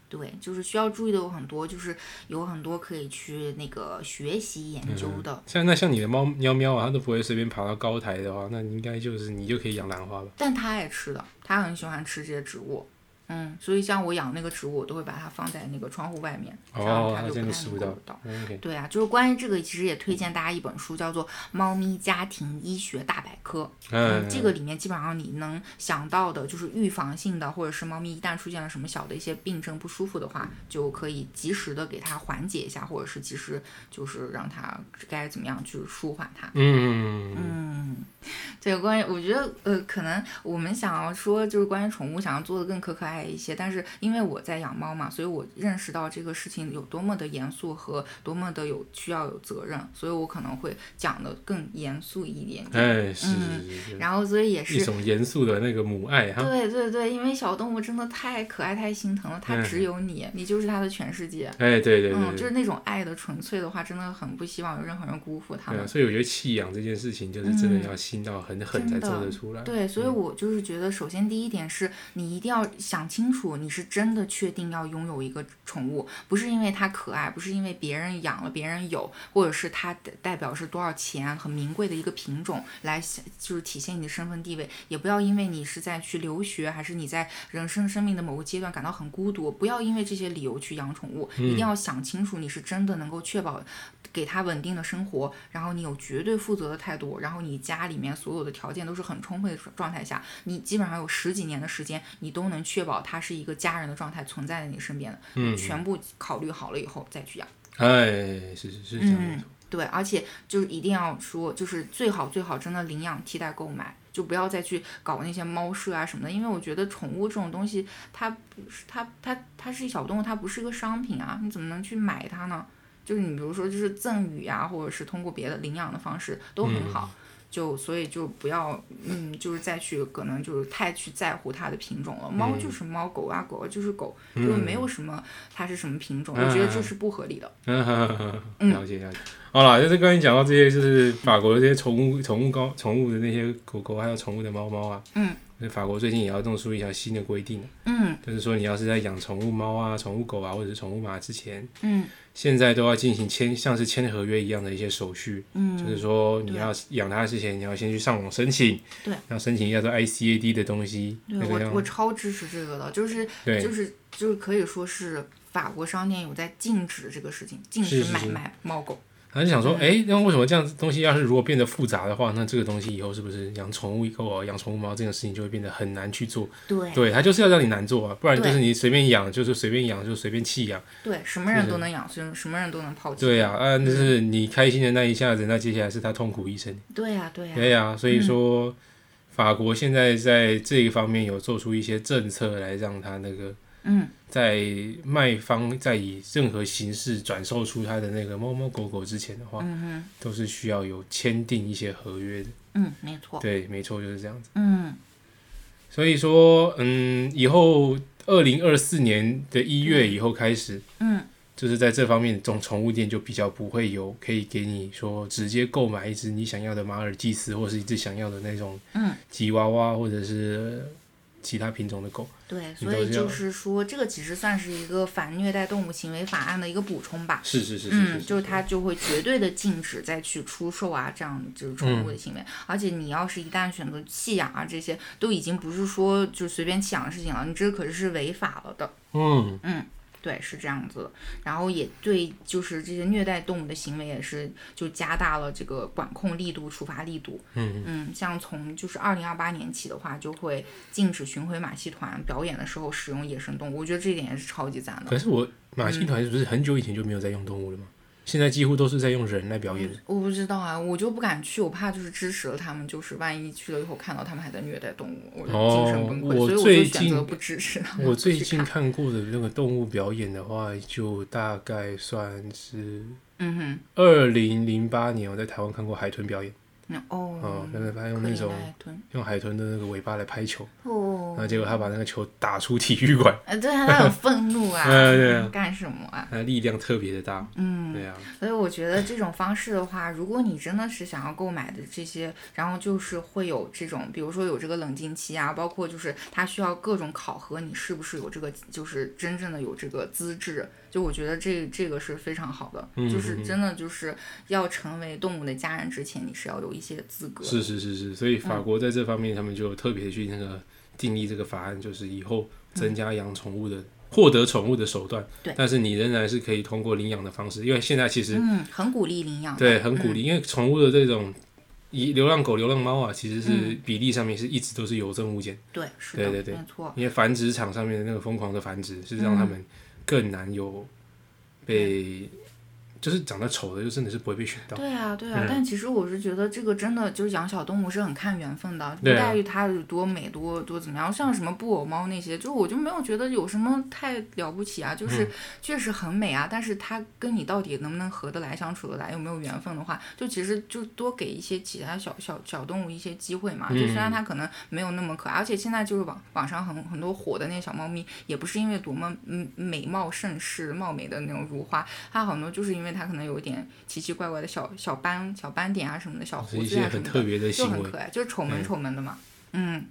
对，就是需要注意的有很多，就是有很多可以去那个学习研究的。
像那像你的猫喵喵啊，它都不会随便爬到高台的话，那你应该就是你就可以养兰花吧？
但它也吃的，它很喜欢吃这些植物。嗯，所以像我养那个植物，我都会把它放在那个窗户外面，这样
哦，
它
它
就
真
不
的
太
吃
能
不
够
到
得到。。
嗯 OK，
对啊，就是关于这个，其实也推荐大家一本书，叫做《猫咪家庭医学大百科》。
嗯，
这个里面基本上你能想到的，就是预防性的，或者是猫咪一旦出现了什么小的一些病症不舒服的话，就可以及时的给它缓解一下，或者是及时就是让它该怎么样去舒缓它。
嗯，嗯
嗯，对，关于我觉得呃，可能我们想要说就是关于宠物想要做的更可可爱一些，但是因为我在养猫嘛，所以我认识到这个事情有多么的严肃和多么的有需要有责任，所以我可能会讲的更严肃一点点。
哎，是
嗯
是是是，
然后所以也是
一种严肃的那个母爱哈。
对对对，因为小动物真的太可爱、太心疼了，它
嗯
只有你，你就是它的全世界。
哎，对对
嗯，
对
就
对
是那种爱的纯粹的话，真的很不希望有任何人辜负它
对啊，
们。
所以我觉得弃养这件事情，就是真
嗯
的要心到很狠才
真的
做得出来。
对，所以我就是觉得，首先第一点是你一定要想清楚，你是真的确定要拥有一个宠物，不是因为它可爱，不是因为别人养了别人有，或者是它代代表是多少钱很名贵的一个品种来显就是体现你的身份地位，也不要因为你是在去留学，还是你在人生生命的某个阶段感到很孤独，不要因为这些理由去养宠物，一定要想清楚，你是真的能够确保给它稳定的生活，然后你有绝对负责的态度，然后你家里面所有的条件都是很充沛的状态下，你基本上有十几年的时间，你都能确保它是一个家人的状态存在在你身边的，
嗯，
全部考虑好了以后再去养。
哎，是是是这样没
嗯
错。
对，而且就是一定要说，就是最好最好真的领养替代购买，就不要再去搞那些猫舍啊什么的，因为我觉得宠物这种东西，它不是它它它是一小动物，它不是一个商品啊，你怎么能去买它呢？就是你比如说就是赠与啊，或者是通过别的领养的方式都很好。就所以就不要，嗯，就是再去可能就是太去在乎它的品种了。猫就是猫，狗啊狗啊就是狗，就是没有什么它是什么品种，我觉得这
嗯
是不合理的。
嗯 [LAUGHS] 哈哈哈了解了解。好了，就是刚才讲到这些，就是法国的这些宠物、宠物高、宠物的那些狗狗，还有宠物的猫猫啊。
嗯。
法国最近也要弄出一条新的规定，
嗯
就是说你要是在养宠物猫啊、宠物狗啊，或者是宠物马之前，
嗯
现在都要进行签像是签合约一样的一些手续，
嗯，
就是说你要养它之前，你要先去上网申请，
对，
要申请一下说 ICAD 的东西，
对
那个
我，我
样，
超支持这个的，就是
对，
就是就是可以说是法国商店有在禁止这个事情，禁
是
止
是
买
是
卖猫狗。
他就想说，哎、那为什么这样子东西要是如果变得复杂的话，那这个东西以后是不是养宠物狗啊、养宠物猫这件事情就会变得很难去做？
对
对，他就是要让你难做啊，不然
对
就是你随便养，就是随便养，就随便弃养。
对，什么人都能养，所以什么人都能抛弃。
对呀、啊，就是你开心的那一下子，那接下来是他痛苦一生。
对呀对啊嗯呀，
对呀、所以说、法国现在在这一方面有做出一些政策来让他那个
嗯，
在卖方在以任何形式转售出他的那个猫猫狗狗之前的话，都是需要有签订一些合约的。
嗯，没错，
对，没错，就是这样子。
嗯，
所以说，嗯，以后二零二四年的一月以后开始，
嗯，
就是在这方面，这种宠物店就比较不会有可以给你说直接购买一只你想要的马尔济斯，或是一只想要的那种
嗯
吉娃娃，或者是其他品种的狗。
对，
你
所
都
以
这
就
样
是说，这个其实算是一个反虐待动物行为法案的一个补充吧。
是是是
嗯，就是它就会绝对的禁止再去出售啊，这样就是宠物
嗯
的行为。而且你要是一旦选择弃养啊，这些都已经不是说就随便弃养的事情了，你这可是违法了的。
嗯，
对，是这样子的。然后也对，就是这些虐待动物的行为也是就加大了这个管控力度、处罚力度。嗯像从就是二零二八年起的话，就会禁止巡回马戏团表演的时候使用野生动物。我觉得这一点也是超级赞的嗯
可。是我马戏团是不是很久以前就没有在用动物了吗？现在几乎都是在用人来表演的。
我不知道啊，我就不敢去，我怕就是支持了他们，就是万一去了以后看到他们还在虐待动物，我就精神崩溃，
哦我
所以我
最
就选择
近
不支持 [LAUGHS] 他们
我最
去
近
看
看过的那个动物表演的话，就大概算是
嗯哼，
二零零八年我在台湾看过海豚表演，
那哦，
哦，但是他用
克
那
林
种
奈
[LAUGHS]
顿
用海豚的那个尾巴来拍球，
哦
然，后结果他把那个球打出体育馆，
呃，对啊，他很愤怒
[LAUGHS]
啊，
对啊对啊
干什么啊？
那力量特别的大，
嗯，
对啊，
所以我觉得这种方式的话，如果你真的是想要购买的这些，然后就是会有这种，比如说有这个冷静期啊，包括就是它需要各种考核你是不是有这个，就是真正的有这个资质。就我觉得这这个是非常好的，
嗯
就是真的就是要成为动物的家人之前，你是要有一些资格。
是是是是，所以
嗯
法国在这方面他们就特别去那个定义这个法案，就是以
嗯
后增加养宠物的。获得宠物的手段，
对
但是你仍然是可以通过领养的方式，因为现在其实
嗯，很鼓励领养。
对，很鼓励，因为宠物的这种以流浪狗、流浪猫啊，其实是
嗯
比例上面是一直都是有增无减，
对，是的，
对对对
没错。
因为繁殖场上面的那个疯狂的繁殖，是让
嗯
它们更难有被，就是长得丑的就真的是不会被选到。
对啊，对
嗯
啊，但其实我是觉得这个真的就是养小动物是很看缘分的，不
对啊
在于它有多美多多怎么样。像什么布偶猫那些，就我就没有觉得有什么太了不起啊，
嗯
就是确实很美啊，但是它跟你到底能不能合得来、相处得来、有没有缘分的话，就其实就多给一些其他小小小动物一些机会嘛。就
嗯
虽然它可能没有那么可爱，而且现在就是网网上很很多火的那些小猫咪，也不是因为多么嗯美貌盛世、貌美的那种如花，它很多就是因为它可能有一点奇奇怪怪的小小斑、小斑点啊什么的，小
是
胡
一
子
些
啊什
很
么
特
的，
别的
就
行
很
为
可，爱，就是丑萌
嗯
丑萌的嘛。嗯，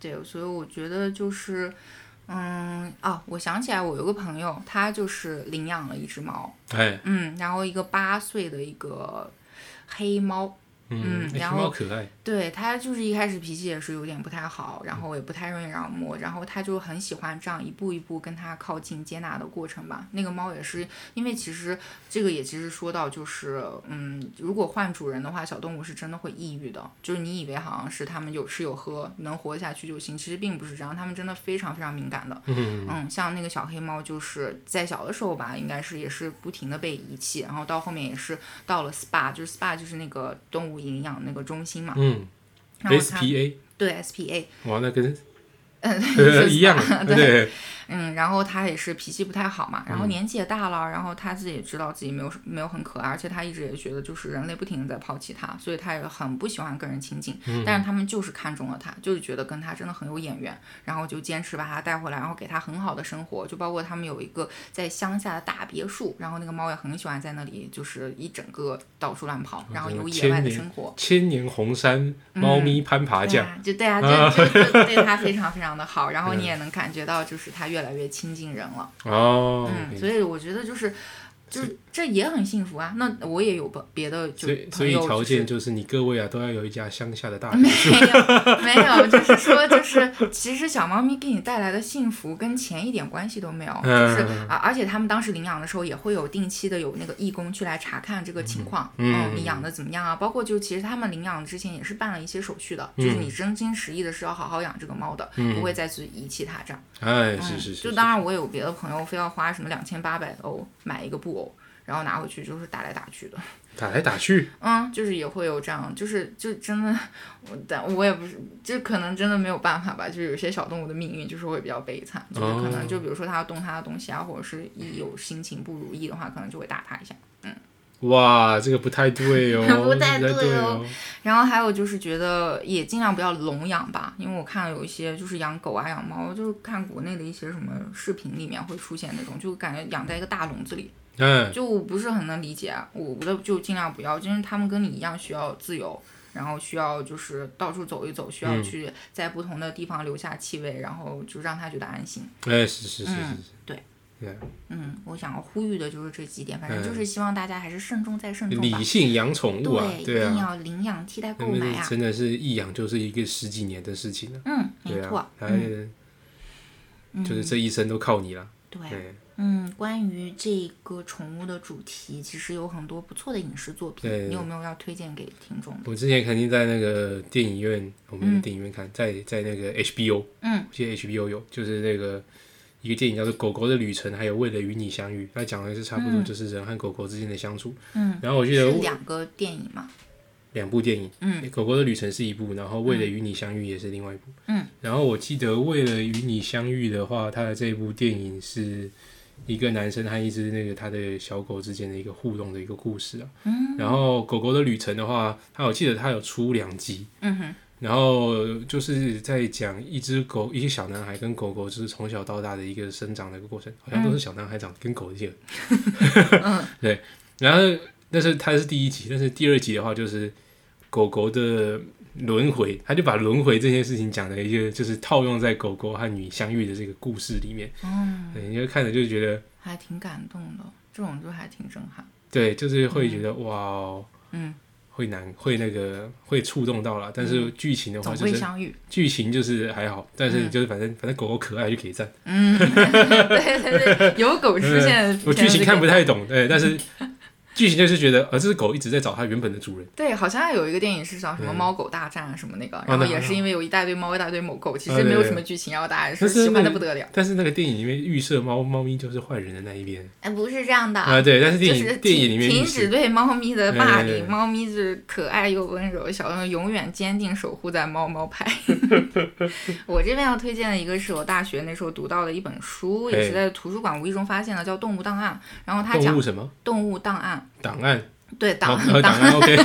对，所以我觉得就是，嗯，哦，我想起来，我有个朋友，他就是领养了一只猫，
哎，
嗯，然后一个八岁的一个黑猫，嗯
嗯，哎
然
黑猫
后
可爱，
对他就是一开始脾气也是有点不太好，
嗯
然后也不太愿意让我摸，然后他就很喜欢这样一步一步跟他靠近接纳的过程吧。那个猫也是，因为其实这个也其实说到就是，嗯，如果换主人的话，小动物是真的会抑郁的。就是你以为好像是它们有吃有喝能活下去就行，其实并不是这样，它们真的非常非常敏感的。
嗯，
嗯，像那个小黑猫，就是在小的时候吧，应该是也是不停的被遗弃，然后到后面也是到了 SPA，就是 SPA 就是那个动物营养那个中心嘛，
嗯
然后它
，SPA，
对 SPA，
哇，那跟 [LAUGHS]
就是
一样
SPA，，对，
对，
嗯，然后它也是脾气不太好嘛，然后年纪也大了，然后它自己也知道自己没有没有很可爱，而且它一直也觉得就是人类不停的在抛弃它，所以它也很不喜欢跟人亲近，但是他们就是看中了它，就是觉得跟它真的很有眼缘，然后就坚持把它带回来，然后给它很好的生活，就包括他们有一个在乡下的大别墅，然后那个猫也很喜欢在那里就是一整个到处乱跑，然后有野外的生活，
千年红山猫咪攀爬
嗯对
架，
啊，就对啊，就就就对它非常非常的好，然后你也能感觉到就是它越来越亲近人了。
哦，
嗯，所以我觉得就是，就是这也很幸福啊。那我也有吧别的就
所以所
朋
以
友
条
就
件
是
就是你各位啊都要有一家乡下的大
没有没有，就是说就是，其实小猫咪给你带来的幸福跟钱一点关系都没有，就是
嗯
啊，而且他们当时领养的时候也会有定期的有那个义工去来查看这个情况，
嗯
嗯，你养的怎么样啊？包括就其实他们领养之前也是办了一些手续的，就是
嗯
你真心实意的是要好好养这个猫的，不会再去遗弃它这样。
哎，是
嗯
是是，
就是当然，我有别的朋友非要花什么两千八百欧买一个布偶，然后拿回去就是打来打去的。
打来打去，
嗯，就是也会有这样，就是就真的，我但我也不是，就可能真的没有办法吧。就是有些小动物的命运就是会比较悲惨，就是可
哦
能就比如说它要动它的东西啊，或者是一有心情不如意的话，可能就会打它一下。
哇，这个不太对哦，
[LAUGHS] 不太
对
对
哦
哦，然后还有就是觉得也尽量不要笼养吧，因为我看有一些就是养狗啊、养猫，就是看国内的一些什么视频里面会出现那种，就感觉养在一个大笼子里，
嗯，
就我不是很能理解啊，我我的就尽量不要，就是他们跟你一样需要自由，然后需要就是到处走一走，需要
嗯
去在不同的地方留下气味，然后就让他觉得安心。
哎，是是是是
嗯
是，
对
对，
嗯，我想要呼吁的就是这几点，反
嗯
正就是希望大家还是慎重再慎重吧
理。性养宠物啊
嗯对，，一
对
定
啊，
要领养替代购
那
买
么
啊。
真的是一养就是一个十几年的事情了，
嗯，没
对
错。
啊，
嗯，
哎，就是这一生都靠你了，
对。
对
嗯，关于这个宠物的主题，其实有很多不错的影视作品，
对
你有没有要推荐给听众？
我之前肯定在那个电影院，我们的电影院看，在在那个 HBO，
嗯，
我记得 HBO 有，就是那个一个电影叫做《狗狗的旅程》，还有《为了与你相遇》，它讲的是差不多就是人和狗狗之间的相处。
嗯，
然后我记得
是
我
两个电影嘛？
两部电影，
嗯，
狗狗的旅程是一部，然后为了与你相遇也是另外一部，
嗯，
然后我记得为了与你相遇的话，它的这部电影是一个男生和一只那个他的小狗之间的一个互动的一个故事啊。嗯，然后狗狗的旅程的话，它我记得它有出两集，
嗯哼，
然后就是在讲一只狗，一个小男孩跟狗狗就是从小到大的一个生长的一个过程，好
嗯
像都是小男孩长跟狗一
[LAUGHS]
样。 [LAUGHS] 对，然后但是它是第一集，但是第二集的话就是狗狗的轮回，他就把轮回这件事情讲的一个就是套用在狗狗和你相遇的这个故事里面。
嗯，
对，你就看着就觉得，
还挺感动的，这种就还挺震撼。
对，就是会觉得、哇、哦，
嗯，
会难，会那个会触动到了。但是剧情的话
总
就
会
是。 [LAUGHS]
相遇。
剧情就是还好，但是就是反正、反正狗狗可爱就给赞。
嗯，对对对，有狗出现。
我剧
片子
情看
给
不太懂，对，但是剧情就是觉得，呃，这只狗一直在找它原本的主人。
对，好像有一个电影是叫什么
嗯哦
《猫狗大战》啊什么那个，然后
那
也
那
是因为有一大堆猫，一大堆某狗，其
啊
实没有
对
什么剧情，然后大家是
但是
喜欢
那
的不得了。
但是那个电影里面预设猫猫咪就是坏人的那一边
哎，不是这样的，
啊、对，但是
就
电影、
是
电影
停
里面
停
预设
止对猫咪的霸
对对
凌，
对
猫咪是可爱又温柔，小朋友永远坚定守护在猫猫
[LAUGHS]
派。我这边要推荐的一个是我大学那时候读到的一本书，也是
哎
在图书馆无意中发现的，叫《动物档案》，然后它
动
讲
物什么
动物档案，
档案？
[LAUGHS] 对档
哦 [LAUGHS] 呃
档
档案
[LAUGHS]
OK，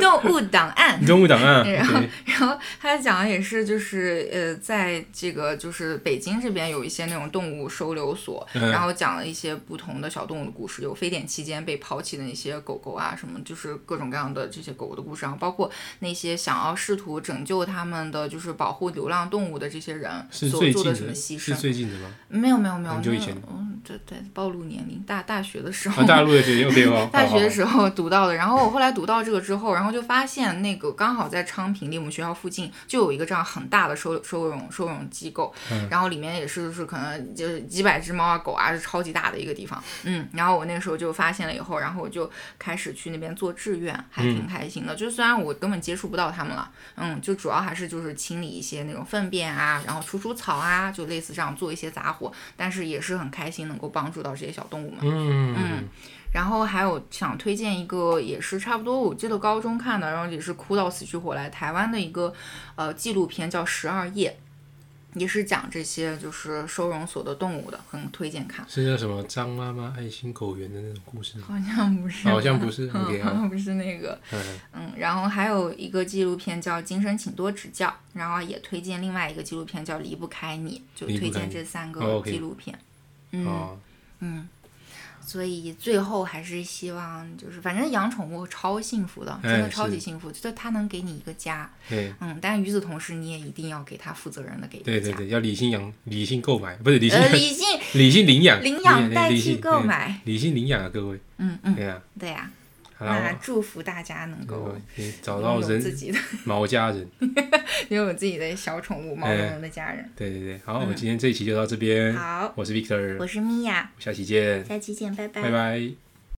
动物档案。 [LAUGHS]
动物档案
对然后
OK，
然后他讲的也是，就是呃，在这个就是北京这边有一些那种动物收留所，
嗯
然后讲了一些不同的小动物的故事，有非典期间被抛弃的那些狗狗啊，什么就是各种各样的这些狗狗的故事，然后包括那些想要试图拯救他们的，就是保护流浪动物的这些人
是
所
最
做
近
的什么
的，
牺
是
牲。
最近的
[LAUGHS]
吗？
没有没有没有，
很久以
那个
前
嗯，对对，暴露年龄，大大学的时候
啊，，大陆的学 OK 哦，
大学的
是
时候读到的，然后我后来读到这个之后，然后就发现那个刚好在昌平离我们学校附近就有一个这样很大的收收容收容机构，
嗯
然后里面也是就是可能就是几百只猫啊狗啊是超级大的一个地方，嗯，然后我那个时候就发现了以后，然后我就开始去那边做志愿，还挺开心的。就虽然我根本接触不到它们了，嗯，就主要还是就是清理一些那种粪便啊，然后除除草啊，就类似这样做一些杂活，但是也是很开心能够帮助到这些小动物们。
嗯
嗯，然后还有想推荐一个，也是差不多，我记得高中看的，然后也是哭到死去活来，台湾的一个呃纪录片叫《十二夜》，也是讲这些就是收容所的动物的，很推荐看。
是叫什么张妈妈爱心狗园的那种故事吗？
好像不是，
好像不是 OK
[LAUGHS] 嗯，
好
好，像不是那个，
嗯，
嗯，然后还有一个纪录片叫《今生请多指教》，然后也推荐另外一个纪录片叫《离不开你》，就
离不
推
开
荐
你
这三
哦
个
，OK
纪录片。嗯。
哦，
嗯，所以最后还是希望就是，反正养宠物超幸福的，
哎
真的超级
是
幸福，觉得它能给你一个家，
对
嗯，但与此同时，你也一定要给它负责任的给一个
对
家。
对对，要理性养，理性购买，不是理性
呃，理性
理性领养，
领养代
理
替
性
购，买，
对理性领养啊，各位，
嗯嗯，
对呀，
对呀、
好
那
啦，
祝福大家能
各
够
位你找
拥
到
有自
人
己的， [LAUGHS]
毛家人，
拥有自己的小宠物，毛茸茸的家人。
对对对，好，我们今天这一期就到这边，
嗯好，
我是 Victor，
我是米娅，
下期见，
下期见，拜拜
拜拜。